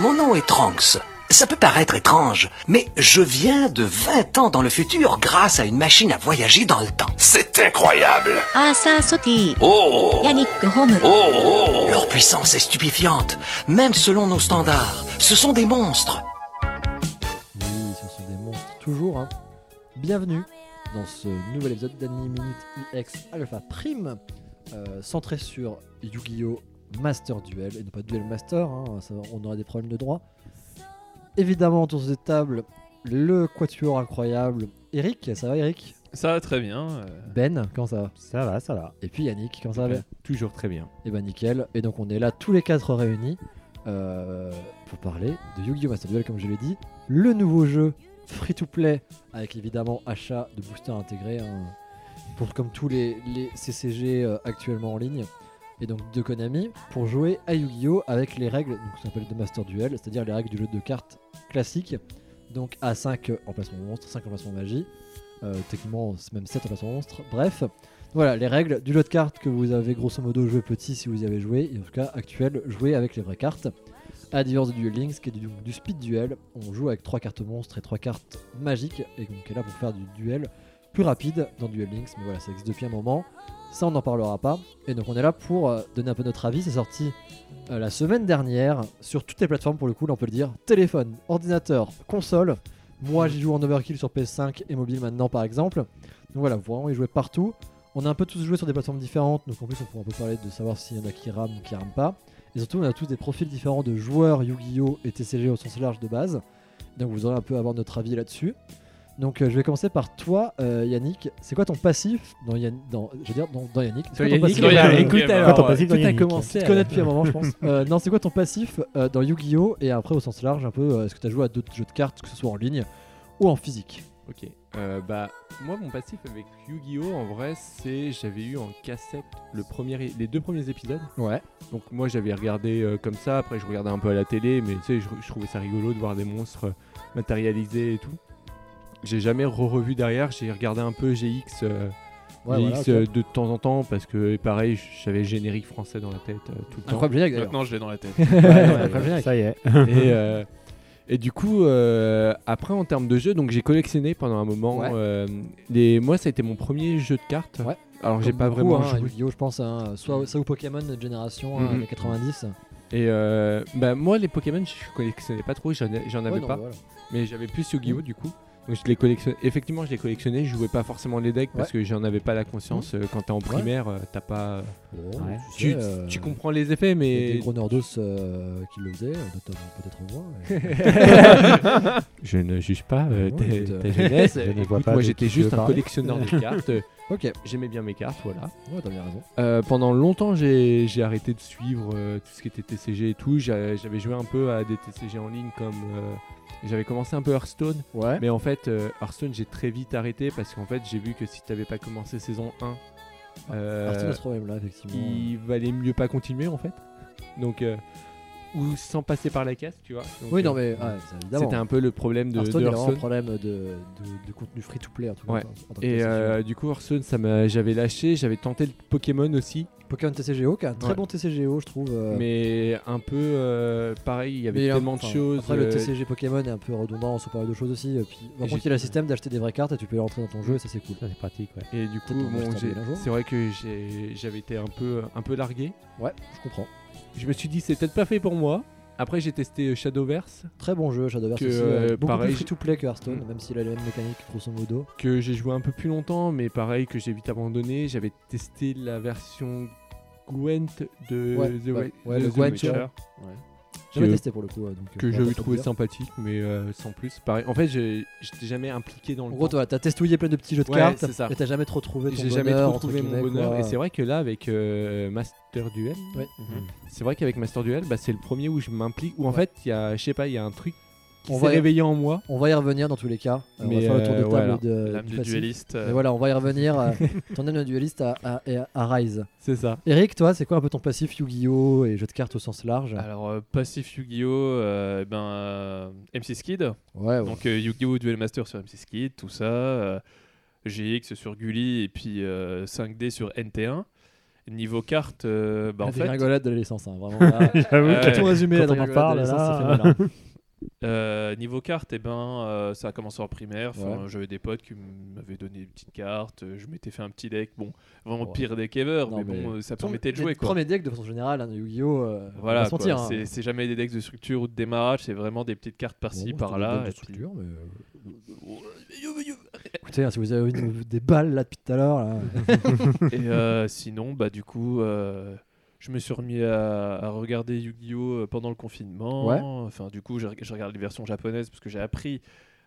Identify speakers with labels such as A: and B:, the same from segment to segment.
A: Mon nom est Trunks. Ça peut paraître étrange, mais je viens de 20 ans dans le futur grâce à une machine à voyager dans le temps.
B: C'est incroyable
C: 朝ソティ、
B: Oh
C: ヤニックホム、
B: Oh Oh
A: Leur puissance est stupifiante, même selon nos standards. Ce sont des monstres.
D: Oui, ce sont des monstres toujours. hein. Bienvenue dans ce nouvel épisode d'Anime Minute EX Alpha Prime, euh, centré sur Yu-Gi-Oh! Master Duel, et non pas Duel Master, hein, ça, on aura des problèmes de droit. Évidemment, autour de cette table, le quatuor incroyable, Eric, ça va Eric
E: Ça va très bien. euh,
D: Ben, comment ça va
F: Ça va, ça va.
D: Et puis Yannick, comment ça va Ben
F: Toujours très bien.
D: Et ben nickel, et donc on est là tous les quatre réunis euh, pour parler de Yu-Gi-Oh! Master Duel, comme je l'ai dit, le nouveau jeu free to play avec évidemment achat de boosters intégrés hein, pour comme tous les, les CCG euh, actuellement en ligne et donc de Konami pour jouer à Yu-Gi-Oh avec les règles donc ce qu'on appelle de Master Duel, c'est-à-dire les règles du jeu de cartes classique. Donc à 5 emplacements monstres, 5 emplacements magie, euh, techniquement c'est même 7 emplacements monstres, bref. Voilà les règles du jeu de cartes que vous avez grosso modo joué petit si vous y avez joué, et en tout cas actuel, jouez avec les vraies cartes. À diverses du Duel Links, qui est du, du speed duel, on joue avec trois cartes monstres et trois cartes magiques, et donc qui est là pour faire du duel plus rapide dans Duel Links, mais voilà, ça existe depuis un moment, ça on n'en parlera pas. Et donc on est là pour euh, donner un peu notre avis, c'est sorti euh, la semaine dernière sur toutes les plateformes pour le coup, là on peut le dire, téléphone, ordinateur, console. Moi j'y joue en overkill sur PS5 et mobile maintenant par exemple. Donc voilà, vraiment y jouer partout. On a un peu tous joué sur des plateformes différentes, donc en plus on pourra un peu parler de savoir s'il y en a qui rament ou qui rament pas. Et surtout on a tous des profils différents de joueurs Yu-Gi-Oh et TCG au sens large de base. Donc vous aurez un peu à avoir notre avis là-dessus. Donc euh, je vais commencer par toi euh, Yannick. C'est quoi ton passif dans, Yann- dans- je veux dire, dans, dans Yannick C'est quoi ton passif
E: dans
F: eh ben,
E: Yannick,
F: écoute,
E: eh ben,
F: alors,
G: quand on passe
F: euh,
G: vite dans
F: tout a
G: Yannick.
F: commencé.
D: te
F: à-
D: connais depuis un moment, je pense. Euh, non, c'est quoi ton passif euh, dans Yu-Gi-Oh! Et après, au sens large, un peu, euh, est-ce que tu as joué à d'autres jeux de cartes, que ce soit en ligne ou en physique
F: Ok. Euh, bah, moi, mon passif avec Yu-Gi-Oh! en vrai, c'est j'avais eu en cassette le premier, é- les deux premiers épisodes.
D: Ouais.
F: Donc, moi, j'avais regardé euh, comme ça. Après, je regardais un peu à la télé, mais tu sais, je, je trouvais ça rigolo de voir des monstres euh, matérialisés et tout. J'ai jamais re-revu derrière. J'ai regardé un peu GX, euh,
D: Ouais,
F: GX
D: voilà, ok.
F: euh, de temps en temps parce que, pareil, j'avais le générique français dans la tête euh, tout le temps.
D: Incroyable générique d'ailleurs.
E: Maintenant, je l'ai dans la tête.
D: Ouais, incroyable générique.
G: Ça y est.
F: et, euh, et du coup, euh, après en termes de jeu, donc j'ai collectionné pendant un moment.
D: Ouais.
F: euh, les, moi, ça a été mon premier jeu de cartes.
D: Ouais.
F: Alors j'ai
D: Comme
F: pas
D: beaucoup,
F: vraiment
D: hein,
F: joué.
D: Yu-Gi-Oh! Je pense, hein, soit ça ou Pokémon, notre génération, hein,
F: Mhm.
D: les 90.
F: Et euh, bah, moi, les Pokémon, je collectionnais pas trop. J'en ai- j'en avais
D: Ouais, non,
F: pas.
D: mais voilà.
F: Mais j'avais plus Yu-Gi-Oh du coup. Donc je les collectionne. Effectivement, je les collectionnais. Je jouais pas forcément les decks parce que j'en avais pas la conscience. euh, Quand t'es en primaire, euh, t'as pas.
D: Bon,
G: Ouais.
D: tu
F: Tu,
D: sais, euh,
F: tu comprends les
D: il y
F: effets,
D: a Des
F: mais
D: gros nerdos euh, qui le faisaient, notamment peut-être moi. mais-
F: je ne juge pas euh,
D: Ouais,
F: ta-
D: écoute, euh,
F: ta jeunesse.
G: je ne
F: Écoute,
G: vois pas
F: moi,
G: de
F: j'étais
G: qui tu
F: juste
G: veux
F: un
G: parler.
F: collectionneur de cartes.
D: ok,
F: J'aimais bien mes cartes, voilà.
D: ouais, t'as bien raison.
F: Euh, pendant longtemps, j'ai j'ai arrêté de suivre euh, tout ce qui était TCG et tout. J'a- J'avais joué un peu à des TCG en ligne comme. euh, J'avais commencé un peu Hearthstone,
D: Ouais.
F: mais en fait, euh, Hearthstone, j'ai très vite arrêté parce qu'en fait, j'ai vu que si t'avais pas commencé saison 1, euh,
D: Parti de ce problème-là, effectivement. euh,
F: il valait mieux pas continuer en fait. Donc. euh, ou sans passer par la caisse, tu vois. Donc,
D: Oui,
F: euh,
D: non, mais ouais, ça, évidemment.
F: C'était un peu le problème de,
D: Hearthstone, il
F: de
D: y a vraiment un
F: Hearthstone.
D: problème de, de- de contenu free-to-play, en tout cas.
F: Ouais.
D: en tant que
F: Et
D: TCG.
F: euh, du coup, Hearthstone, ça m'a- j'avais lâché, j'avais tenté le Pokémon aussi.
D: Pokémon TCGO, qui est un très
F: Ouais.
D: bon TCGO, je trouve. euh,
F: mais un peu euh, pareil, il y
D: mais,
F: avait
D: euh,
F: tellement
D: enfin,
F: de choses.
D: Après,
F: euh,
D: le TCG Pokémon est un peu redondant sur pas mal de choses aussi. et Puis, par contre,
F: Et j'ai- Mm.
D: il a le système d'acheter des vraies cartes et tu peux les rentrer dans ton jeu, et ça c'est cool.
G: Ça, c'est pratique, ouais.
F: Et du coup,
D: Peut-être on va
F: bon,
D: juste en
F: j'ai-
D: parler un jour.
F: c'est vrai que j'ai- j'avais été un peu, un peu largué.
D: Ouais, je comprends.
F: Je me suis dit, c'est peut-être pas fait pour moi. Après, j'ai testé euh, Shadowverse,
D: Très bon jeu, Shadowverse
F: Que,
D: aussi. euh,
F: euh,
D: beaucoup
F: pareil,
D: plus free-to-play que Hearthstone,
F: Mm.
D: même s'il a les mêmes mécaniques, grosso modo.
F: que j'ai joué un peu plus longtemps, mais pareil, que j'ai vite abandonné. J'avais testé la version Gwent de
D: Ouais,
F: The,
D: bah,
F: Wa-
D: ouais,
F: de
D: le
F: The
D: Gwent,
F: Witcher,
D: ouais.
F: que-
D: J'avais testé pour le coup. euh, donc,
F: que
D: euh,
F: j'avais
D: pour
F: trouvé
D: dire.
F: sympathique, mais euh, sans plus. Pareil. En fait, j'ai- j'étais jamais impliqué dans
D: En
F: le
D: gros,
F: temps.
D: toi, t'as testouillé plein de petits jeux de
F: Ouais,
D: cartes,
F: c'est ça.
D: et t'as jamais trop trouvé ton
F: J'ai
D: bonheur.
F: jamais trop
D: entre
F: trouvé mon
D: guillemets,
F: bonheur.
D: quoi.
F: Et c'est vrai que là, avec euh, Master Duel,
D: Ouais.
G: Mhm.
F: c'est vrai qu'avec Master Duel, bah, c'est le premier où je m'implique. Où en
D: Ouais.
F: fait, il y a, je sais pas, il y a un truc qui
D: On
F: s'est
D: va y-
F: réveillé en moi.
D: On va y revenir dans tous les cas. Euh,
F: Mais,
D: on va faire le tour de
F: euh,
D: table
F: voilà.
D: de,
E: L'âme
D: du
E: du
D: passif.
E: dueliste. euh,
D: Mais voilà, on va y revenir. euh, ton âme de dueliste à, à, à- à Rise.
F: C'est ça.
D: Eric, toi, c'est quoi un peu ton passif Yu-Gi-Oh et jeux de cartes au sens large
E: Alors, euh, Passif Yu-Gi-Oh! euh, ben, euh, M6 Kid.
D: Ouais, ouais.
E: Donc, euh, Yu-Gi-Oh! Duel Master sur M6 Kid, tout ça. euh, GX sur Gulli et puis euh, 5D sur NT1. Niveau carte, euh, bah, en
D: La
E: fait,
D: dégringolade de l'adolescence, hein, vraiment. là.
E: Ouais.
D: T'as tout résumé,
F: Quand
D: la
F: on en
D: dégringolade de
F: parle,
D: l'adolescence, ça fait
F: là.
D: mal, hein.
E: euh, niveau carte, eh ben, euh, ça a commencé en primaire. Enfin,
D: Ouais.
E: J'avais des potes qui m'avaient donné des petites cartes. euh, Je m'étais fait un petit deck. Bon, vraiment
D: Ouais.
E: pire deck ever,
D: Non,
E: mais,
D: mais-
E: bon, euh, ça
D: Ton-
E: permettait de
D: les
E: jouer. Quoi.
D: Premier deck de façon générale, un Yu-Gi-Oh! euh, on va
E: Voilà,
D: pas se mentir,
E: quoi.
D: hein.
E: c'est c'est jamais des decks de structure ou de démarrage, c'est vraiment des petites cartes
D: Bon,
E: par-ci,
D: moi, je te donne
E: par-là.
D: des
E: et puis-
D: structures, mais, euh, Écoutez, hein, si vous avez une- des balles là depuis tout à l'heure, là,
E: Et euh, sinon, bah du coup, euh, je me suis remis à, à regarder Yu-Gi-Oh Euh, pendant le confinement.
D: Ouais.
E: Enfin, du coup, j'ai j'ai regardé les versions japonaises parce que j'ai appris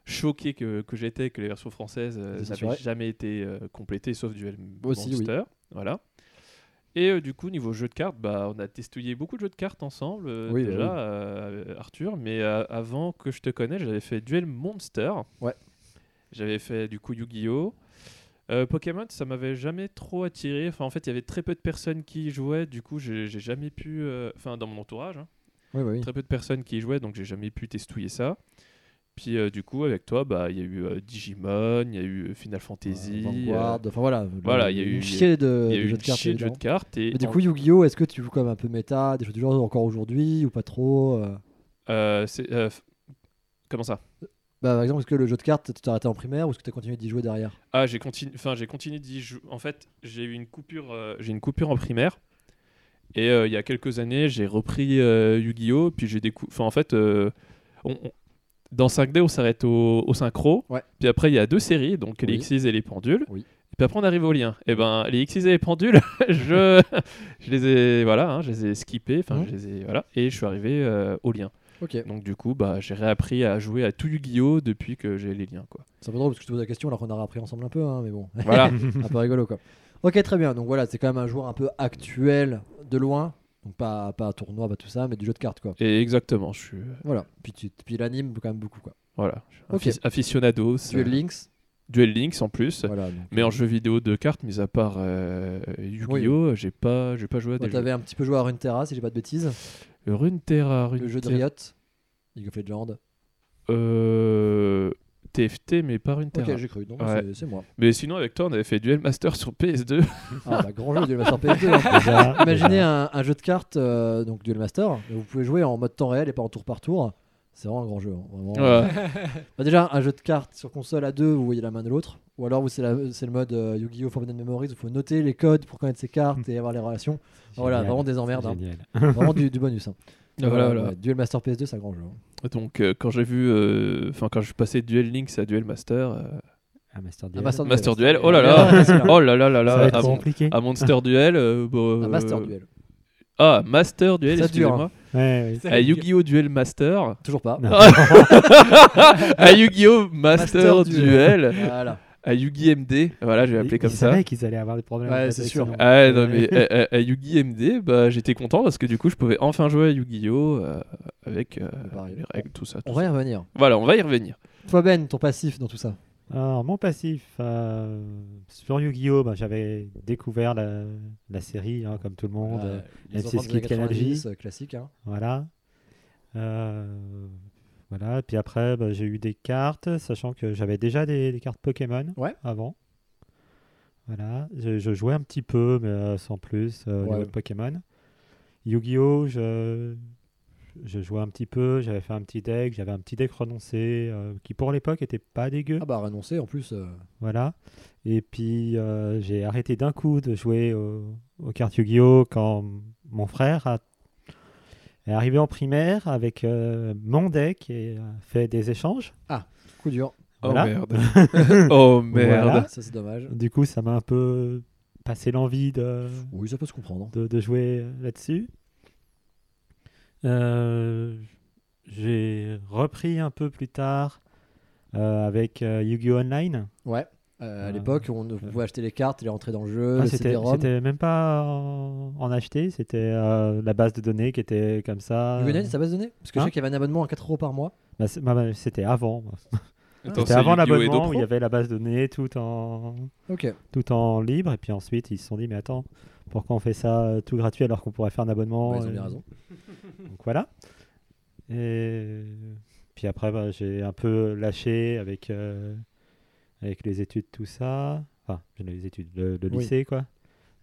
E: choqué que, que j'étais que les versions françaises euh,
D: Des
E: n'avaient
D: assurés.
E: jamais été euh, complétées sauf Duel
D: Aussi, oui.
E: Monster. Voilà. Et euh, du coup, niveau jeu de cartes, bah, on a testouillé beaucoup de jeux de cartes ensemble euh,
D: Oui, bah
E: déjà,
D: oui.
E: euh, Arthur. Mais euh, avant que je te connaisse, j'avais fait Duel Monster.
D: Ouais.
E: J'avais fait du coup Yu-Gi-Oh. Euh, Pokémon, ça m'avait jamais trop attiré. Enfin, en fait, il y avait très peu de personnes qui y jouaient. Du coup, j'ai j'ai jamais pu. euh, Enfin, dans mon entourage, hein,
D: oui, oui, oui.
E: très peu de personnes qui y jouaient, donc j'ai jamais pu testouiller ça. Puis, euh, du coup, avec toi, bah, il y a eu euh, Digimon, il y a eu euh, Final Fantasy.
D: Ouais,
E: euh,
D: Vanguard, enfin voilà, le-
E: voilà, il y a eu-
D: une chier de,
E: il y a
D: de
E: eu
D: jeux
E: une
D: de cartes.
E: chier de jeux de
D: évidemment.
E: cartes. Et
D: Mais du
E: en-
D: coup, Yu-Gi-Oh! Est-ce que tu joues comme un peu méta, des jeux du genre encore aujourd'hui ou pas trop euh
E: euh, c'est- euh, f- comment ça
D: Bah, Par exemple, est-ce que le jeu de cartes, tu t'es arrêté en primaire ou est-ce que tu as continué d'y jouer derrière
E: Ah, j'ai continué. Enfin, j'ai continué d'y jouer. En fait, j'ai eu une coupure. euh, j'ai une coupure en primaire. Et euh, il y a quelques années, j'ai repris euh, Yu-Gi-Oh. Puis j'ai découvert. Enfin, en fait, euh, on- on- dans 5D, on s'arrête au, au synchro.
D: Ouais.
E: Puis après, il y a deux séries, donc les
D: Oui.
E: Xyz et les pendules.
D: Oui.
E: Et puis après, on arrive au lien. Et ben, les Xyz et les pendules, je, je les ai. Voilà, hein, je les ai skippés. Enfin,
D: Mhm.
E: je les ai. Voilà. Et je suis arrivé euh, au lien.
D: Ok,
E: Donc du coup, bah, j'ai réappris à jouer à tout Yu-Gi-Oh depuis que j'ai les liens, quoi.
D: c'est un peu drôle parce que je te pose la question alors qu'on a appris ensemble un peu, hein, mais bon,
E: Voilà.
D: un peu rigolo quoi. Ok, très bien, donc voilà, c'est quand même un joueur un peu actuel de loin, donc pas, pas tournoi, pas tout ça, mais du jeu de cartes quoi.
E: et exactement, je suis.
D: Voilà, puis, tu- puis l'anime quand même beaucoup quoi.
E: Voilà.
D: Ok.
E: Affi- Aficionados.
D: Duel
E: euh,
D: Links,
E: Duel Links en plus.
D: voilà. donc,
E: Mais en jeu vidéo de cartes, mis à part euh, Yu-Gi-Oh, j'ai pas, j'ai pas joué à
D: Toi,
E: des jeux. Euh,
D: t'avais un petit peu joué à Runeterra, si j'ai pas de bêtises.
E: Runeterra,
D: Le jeu de
E: Runeterra-
D: Riot, League of Legends.
E: Euh, TFT, mais pas Runeterra.
D: Ok, j'ai cru. Non,
E: Ouais.
D: c'est- c'est moi.
E: Mais sinon, avec toi, on avait fait Duel Master sur PS2.
D: Ah, bah, grand jeu Duel Master PS2. hein.
G: Déjà,
D: Imaginez un, un jeu de cartes, euh, donc Duel Master. mais Vous pouvez jouer en mode temps réel et pas en tour par tour. C'est vraiment un grand jeu. hein, vraiment.
E: Ouais.
D: Bah, déjà, un jeu de cartes sur console à deux, vous voyez la main de l'autre. Ou alors, vous, c'est la- c'est le mode euh, Yu-Gi-Oh! Forbidden Memories où il faut noter les codes pour connaître ses cartes et avoir les relations.
G: déjà.
D: Voilà,
G: Mmh. Génial.
D: vraiment des emmerdes. hein.
G: Génial.
D: Vraiment du, du bonus. hein.
E: voilà, voilà.
D: ouais, Duel Master PS2, c'est un grand jeu. hein.
E: Donc, euh, quand j'ai vu. euh, Enfin, quand je passais Duel Links à Duel Master. euh,
G: Un Ah, Master
D: Un
G: Duel.
D: Ah, Master Ah,
E: Master
D: Duel.
E: Duel, oh là là Oh là là là
G: Ça
E: là
G: va être
E: à, mon-
G: compliqué.
E: à Monster Duel. euh, bon,
D: Un
E: euh,
D: Master Duel.
E: Ah, Master Duel,
D: Ça dure, hein.
E: excusez-moi.
G: Ouais, ouais.
E: À Yu-Gi-Oh! Duel Master.
D: Toujours pas.
G: Non.
E: Ah, à Yu-Gi-Oh! Master,
D: Master Duel.
E: Duel.
D: Voilà.
E: à Yugi MD, voilà, je vais
G: Ils-
E: l'appeler comme
G: ils
E: ça.
G: savaient qu'ils allaient avoir des problèmes.
D: Ouais,
G: avec
D: c'est
G: ça,
D: sûr.
G: sinon.
E: Ah non mais à, à- à Yugi MD, bah j'étais content parce que du coup je pouvais enfin jouer à Yu-Gi-Oh euh, avec euh,
D: Pareil.
E: les règles, tout ça. tout
D: On
E: ça.
D: va y revenir.
E: Voilà, on va y revenir.
D: Toi Ben, ton passif dans tout ça.
G: Alors, mon passif, euh, sur Yu-Gi-Oh, bah, j'avais découvert la, la série, hein, comme tout le monde. euh,
D: les
G: M6
D: enfants des
G: Kid
D: années
G: Canal J.
D: 90, euh, classique. hein.
G: Voilà. Euh, voilà. Puis après, bah, j'ai eu des cartes, sachant que j'avais déjà des, des cartes Pokémon
D: Ouais.
G: avant. Voilà. Je, je jouais un petit peu, mais euh, sans plus, euh, au
D: Ouais.
G: niveau de Pokémon. Yu-Gi-Oh! Je, je jouais un petit peu, j'avais fait un petit deck, j'avais un petit deck renoncé, euh, qui pour l'époque était pas dégueu.
D: Ah bah renoncé en plus. euh,
G: Voilà. Et puis euh, j'ai arrêté d'un coup de jouer au- aux cartes Yu-Gi-Oh quand m- mon frère a- est arrivé en primaire avec euh, mon deck et a fait des échanges.
D: coup dur.
G: Voilà.
E: Oh merde. oh merde.
G: Voilà.
D: Ça c'est dommage.
G: Du coup, ça m'a un peu passé l'envie de,
D: Oui, ça peut se comprendre.
G: de, de jouer là-dessus. Euh, j'ai repris un peu plus tard euh, avec euh, Yu-Gi-Oh Online.
D: Ouais. Euh, à
G: Ouais.
D: l'époque, on pouvait acheter les cartes, les rentrer dans le jeu,
G: Ah,
D: le
G: c'était,
D: CD-ROM.
G: c'était même pas en, en acheté, c'était euh, la base de données qui était comme ça.
D: Yu-Gi-Oh! Online, ça base donnée Parce que je
G: Hein
D: sais qu'il y avait un abonnement à 4 euros par mois.
G: Bah, c'est- bah, bah, c'était avant.
E: Attends,
G: C'était
E: c'est
G: avant
E: Yu-Gi-Oh! et
G: l'abonnement où
E: Dopro
G: il y avait la base de données tout en,
D: Ok.
G: tout en libre. Et puis ensuite, ils se sont dit, mais attends, pourquoi on fait ça euh, tout gratuit alors qu'on pourrait faire un abonnement
D: Ouais, ils ont
G: euh,
D: bien raison.
G: Donc voilà. Et puis après, bah, j'ai un peu lâché avec, euh, avec les études, tout ça. Enfin, les études, le, le
D: Oui.
G: lycée, quoi.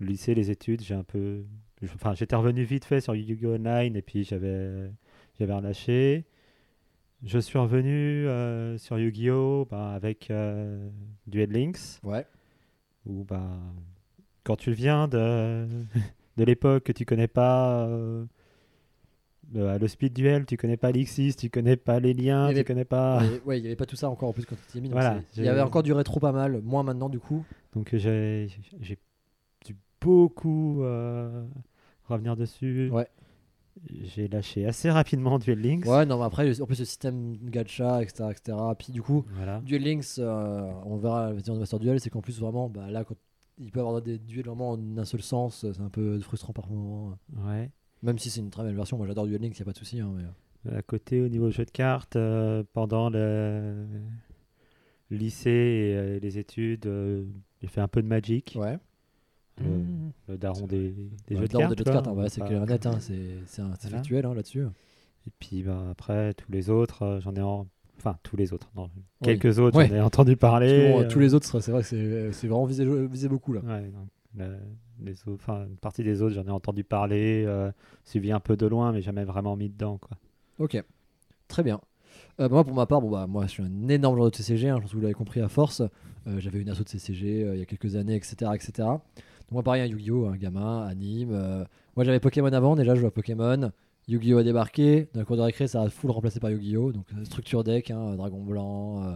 G: Le lycée, les études, j'ai un peu. je- Enfin, j'étais revenu vite fait sur Yu-Gi-Oh! Online et puis j'avais j'avais relâché. Je suis revenu euh, sur Yu-Gi-Oh! bah, avec euh, Duel Links,
D: Ouais.
G: où bah, quand tu viens de, de l'époque que tu connais pas. euh, le, le speed duel, tu connais pas l'Ixis, tu connais pas les
D: Il y
G: liens, tu
D: avait-
G: connais pas.
D: Mais ouais, il n'y avait pas tout ça encore en plus quand tu t'y mis. donc
G: Ah. Voilà,
D: c'est- Il y
G: j'ai-
D: avait encore du rétro pas mal, moins maintenant du coup.
G: Donc euh, j'ai j'ai dû beaucoup euh, revenir dessus.
D: Ouais.
G: J'ai lâché assez rapidement Duel Links.
D: Ouais, non, mais après, le- en plus, le système gacha, etc. etc. Puis du coup,
G: Voilà.
D: Duel Links, euh, on verra la version de Master Duel, c'est qu'en plus, vraiment, bah, là, quand il peut y avoir des duels vraiment en un seul sens, c'est un peu frustrant par moment. hein.
G: Ouais.
D: Même si c'est une très belle version, moi j'adore Duel Links, y a pas de souci. hein, mais...
G: À côté, au niveau jeu de cartes, euh, pendant le lycée et euh, les études, euh, j'ai fait un peu de Magic.
D: Ouais.
G: Le,
D: Mmh.
G: le daron des, des
D: Bah,
G: jeux de
D: dedans,
G: cartes.
D: des jeux de
G: quoi.
D: cartes, hein,
G: On
D: bah,
G: va
D: c'est
G: pas-
D: clair et net, hein, c'est c'est un- c'est
G: Voilà.
D: factuel hein, là-dessus.
G: Et puis bah, après, tous les autres, euh, j'en ai en... Enfin, tous les autres, non.
D: Oui.
G: Quelques autres,
D: Ouais.
G: j'en ai entendu
D: Parce
G: parler.
D: que, bon,
G: euh,
D: Tous les autres, c'est vrai que c'est c'est vraiment visé, visé beaucoup là.
G: Ouais, donc, le- les autres- enfin, une partie des autres, j'en ai entendu parler, euh, suivi un peu de loin, mais jamais vraiment mis dedans. Quoi.
D: Ok, très bien. Euh, bah, moi, pour ma part, bon, bah, moi, je suis un énorme joueur de CCG, hein, je pense que vous l'avez compris à force. Euh, J'avais une asso de CCG euh, il y a quelques années, etc. etc. Donc, moi, pareil, un Yu-Gi-Oh! un gamin, anime. euh, Moi, j'avais Pokémon avant, déjà, je jouais à Pokémon. Yu-Gi-Oh! a débarqué. Dans la cour de récré, ça a full remplacé par Yu-Gi-Oh! Donc, euh, structure deck, hein, dragon blanc, euh,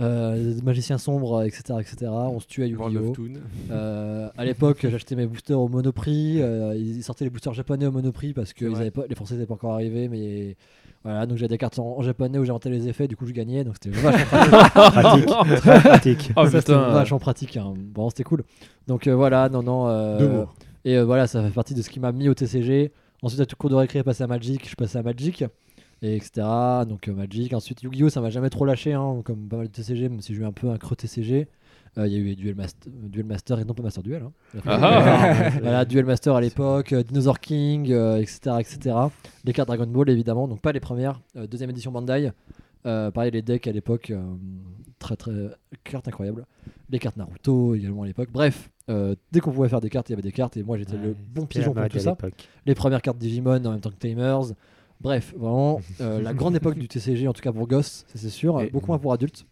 D: euh, magicien sombre, euh, etc., etc. On se tue à
F: World
D: Yu-Gi-Oh!
F: of Toon.
D: Euh, à l'époque, j'achetais mes boosters au Monoprix. euh, ils sortaient les boosters japonais au Monoprix parce que
F: C'est
D: ils
F: vrai.
D: avaient pas- les Français n'étaient pas encore arrivés. Mais voilà, donc j'avais des cartes en, en japonais où j'inventais les effets. Du coup, je gagnais. Donc c'était vachement
G: Pratique, très pratique.
E: Oh
D: ça, c'était
E: putain.
D: vachement pratique. hein. Bon, c'était cool. Donc euh, voilà, non, non. euh,
F: Deux mots.
D: Et euh, voilà, ça fait partie de ce qui m'a mis au TCG. Ensuite, à tout cours de récré, passer à Magic, je suis passé à Magic, et etc. Donc euh, Magic. Ensuite, Yu-Gi-Oh! ça m'a jamais trop lâché, hein, comme pas mal de TCG, même si j'ai eu un peu un creux TCG. Euh, Il y a eu les Duel, Mast- Duel Master et non pas Master Duel. hein.
E: Ah ah.
D: Voilà, Duel Master à l'époque, euh, Dinosaur King, euh, etc., etc. Les cartes Dragon Ball, évidemment, donc pas les premières. Euh, deuxième édition Bandai. Euh, pareil, les decks à l'époque, euh, très très. Cartes incroyables. Les cartes Naruto également à l'époque. Bref, euh, dès qu'on pouvait faire des cartes, il y avait des cartes, et moi j'étais le
G: Ouais, bah,
D: bon
G: C'était la
D: pigeon pour
G: mode
D: tout
G: à
D: ça.
G: l'époque.
D: Les premières cartes Digimon en même temps que Tamers. Bref, vraiment, euh, la grande époque du TCG, en tout cas pour gosses, ça, c'est sûr.
F: Et-
D: Beaucoup moins pour adultes.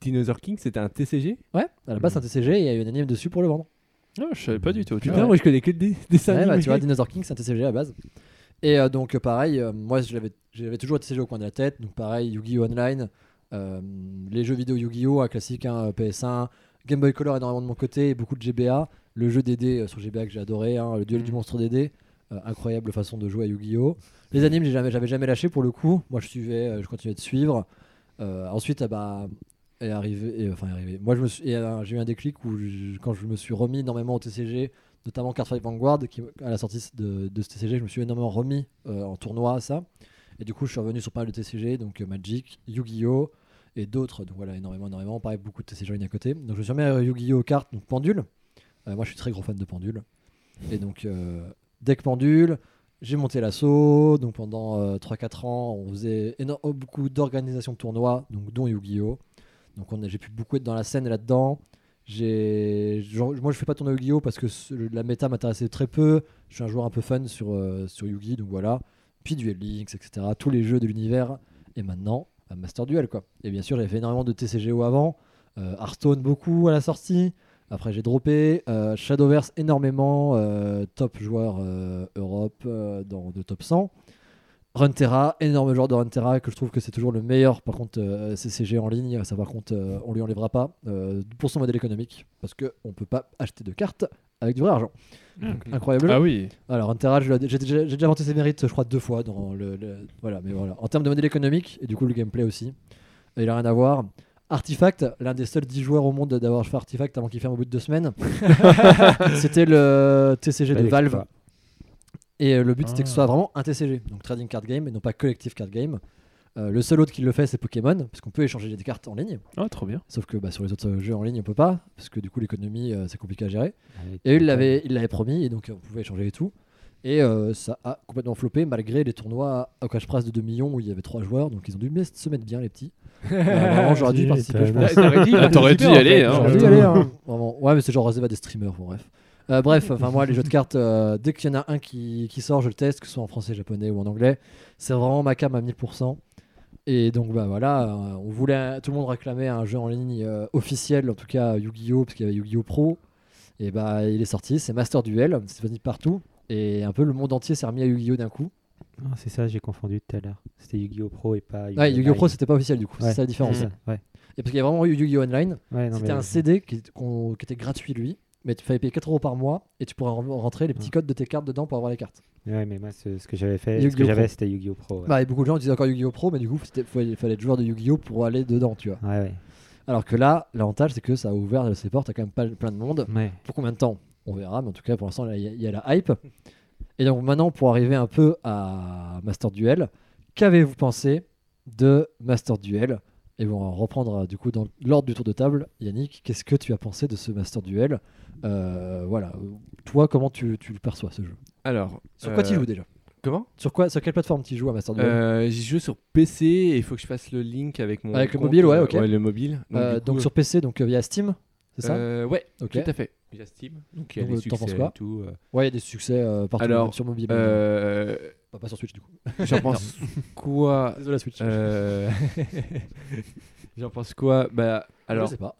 F: Dinosaur King, c'était un TCG
D: Ouais, à la base, c'est un TCG, et il y a eu un anime dessus pour le vendre.
E: Ah, je savais pas du tout. tu
F: Putain,
E: vois.
F: moi je connais que des dessins
D: Ouais, bah,
F: animés.
D: tu vois, Dinosaur King, c'est un TCG à la base. Et euh, donc, euh, pareil, euh, moi, je l'avais- j'avais toujours un TCG au coin de la tête. Donc, pareil, Yu-Gi-Oh! Online, euh, les jeux vidéo Yu-Gi-Oh! un classique, hein, PS1, Game Boy Color énormément de mon côté, et beaucoup de GBA. Le jeu DD euh, sur GBA que j'ai adoré, hein, le duel du monstre DD. euh, incroyable façon de jouer à Yu-Gi-Oh! Les animes, j'ai jamais- j'avais jamais lâché pour le coup. Moi, je suivais, euh, je continuais de suivre. Euh, ensuite, ah bah, est arrivé, et, enfin, est arrivé. Moi, je me suis, et, euh, j'ai eu un déclic où, je- quand je me suis remis énormément au TCG, notamment Card Fight Vanguard, qui, à la sortie de, de ce TCG, je me suis énormément remis euh, en tournoi à ça. Et du coup, je suis revenu sur pas mal de TCG, donc euh, Magic, Yu-Gi-Oh! et d'autres. Donc voilà, énormément, énormément. Pareil, beaucoup de TCG en ligne à côté. Donc je me suis remis à euh, Yu-Gi-Oh! cartes, donc pendule. Euh, moi, je suis très gros fan de pendule. Et donc, euh, deck pendule, j'ai monté l'assaut. Donc pendant euh, 3-4 ans, on faisait éno- oh, beaucoup d'organisations de tournois, donc dont Yu-Gi-Oh! Donc on a- j'ai pu beaucoup être dans la scène là-dedans. J'ai, genre, moi, je fais pas tourner Yu-Gi-Oh parce que ce- la méta m'intéressait très peu. Je suis un joueur un peu fan sur, euh, sur Yu-Gi, donc voilà. Puis Duel Links, etc. Tous les jeux de l'univers. Et maintenant, bah, Master Duel, quoi. Et bien sûr, j'avais fait énormément de TCGO avant. Euh, Hearthstone, beaucoup à la sortie. Après, j'ai droppé. Euh, Shadowverse, énormément. Euh, top joueur euh, Europe euh, dans de top 100. Runeterra, énorme joueur de Runeterra, que je trouve que c'est toujours le meilleur, par contre, euh, CCG en ligne, ça par contre, euh, on lui enlèvera pas, euh, pour son modèle économique, parce qu'on peut pas acheter de cartes avec du vrai argent. Donc, incroyable.
E: Ah oui.
D: Alors, Runeterra, je l'ai- j'ai déjà, j'ai déjà vanté ses mérites, je crois, deux fois. Dans le, le- voilà, mais voilà. En termes de modèle économique, et du coup, le gameplay aussi, euh, il a rien à voir. Artifact, l'un des seuls 10 joueurs au monde d'avoir fait Artifact avant qu'il ferme au bout de deux semaines. C'était le TCG de
G: Bel
D: Valve.
G: exploit.
D: Et euh, le but, c'était que ce soit vraiment un TCG, donc Trading Card Game, et non pas Collective Card Game. Euh, le seul autre qui le fait, c'est Pokémon, parce qu'on peut échanger des cartes en ligne.
E: Ah, trop bien.
D: Sauf que bah, sur les autres euh, jeux en ligne, on peut pas, parce que du coup, l'économie, euh, c'est compliqué à gérer.
G: Avec-
D: Et il l'avait, il l'avait promis, et donc euh, on pouvait échanger et tout. Et euh, ça a complètement floppé malgré les tournois au cash prize de 2 millions où il y avait 3 joueurs, donc ils ont dû mais- se mettre bien les petits. Euh, vraiment, j'aurais dû y
G: Tu
D: participer, je
G: m'étonnes.
D: pense.
F: T'aurais dit,
E: Ah, t'aurais dû y aller, hein.
D: J'aurais dû y aller, hein, vraiment. Ouais, mais c'est genre réservé à des streamers, bon, bref. Euh, bref, enfin moi les jeux de cartes, euh, dès qu'il y en a un qui, qui sort, je le teste, que ce soit en français, japonais ou en anglais. C'est vraiment ma cam à 1000%. Et donc bah voilà, euh, on voulait, tout le monde réclamait un jeu en ligne euh, officiel, en tout cas Yu-Gi-Oh parce qu'il y avait Yu-Gi-Oh Pro. Et bah il est sorti, c'est Master Duel, c'est venu partout. Et un peu le monde entier s'est remis à Yu-Gi-Oh d'un coup.
G: Ah, c'est ça, j'ai confondu tout à l'heure. C'était Yu-Gi-Oh Pro et pas
D: Ouais, Yu-Gi-Oh Pro
G: Online.
D: c'était pas officiel du coup,
G: Ouais. Mhm.
D: c'est ça la différence.
G: C'est ça, ouais.
D: Et parce qu'il y a vraiment eu Yu-Gi-Oh Online,
G: Ouais, non,
D: c'était
G: mais-
D: un CD qui, qu'on- qui était gratuit lui, mais tu fallait payer 4 euros par mois et tu pourrais re- rentrer les petits codes de tes cartes dedans pour avoir les cartes.
G: Ouais, mais moi, ce, ce que j'avais fait, ce
D: Yu-Gi-Oh
G: que j'avais,
D: Pro.
G: c'était Yu-Gi-Oh Pro. Ouais.
D: Bah, et beaucoup de gens disaient encore Yu-Gi-Oh Pro, mais du coup, c'était- faut- il fallait être joueur de Yu-Gi-Oh pour aller dedans, tu vois.
G: Ouais, ouais.
D: Alors que là, l'avantage, c'est que ça a ouvert ses portes à quand même pas- plein de monde.
G: Ouais.
D: Pour combien de temps On verra, mais en tout cas, pour l'instant, là, il y, a- il y a la hype. Et donc, maintenant, pour arriver un peu à Master Duel, qu'avez-vous pensé de Master Duel Et on va reprendre, euh, du coup, dans l'ordre du tour de table. Yannick, qu'est-ce que tu as pensé de ce Master Duel Euh, Voilà. Toi, comment tu, tu le perçois, ce jeu
F: Alors.
D: Sur quoi
F: euh,
D: tu joues déjà
F: Comment
D: sur, quoi, sur quelle plateforme tu joues à Master Duel
F: euh, J'y joue sur PC et il faut que je fasse le link avec mon.
D: Avec le
F: compte,
D: mobile, ouais,
F: euh,
D: ok.
F: le mobile. Donc,
D: Euh,
F: du
D: Donc,
F: coup,
D: sur PC, donc euh, via Steam, c'est ça
F: euh, Ouais,
D: Ok.
F: tout à fait. Il y a Steam, donc il y a
D: Donc,
F: les
D: euh, t'en penses
F: succès
D: quoi
F: et tout. euh.
D: Ouais, il y a des succès euh, partout
F: Alors,
D: même sur mobile.
F: Euh,
D: Pas, pas sur Switch du coup.
F: J'en pense quoi
D: Désolé la Switch.
F: euh, J'en pense quoi Bah
D: alors,
F: alors,
D: je sais pas.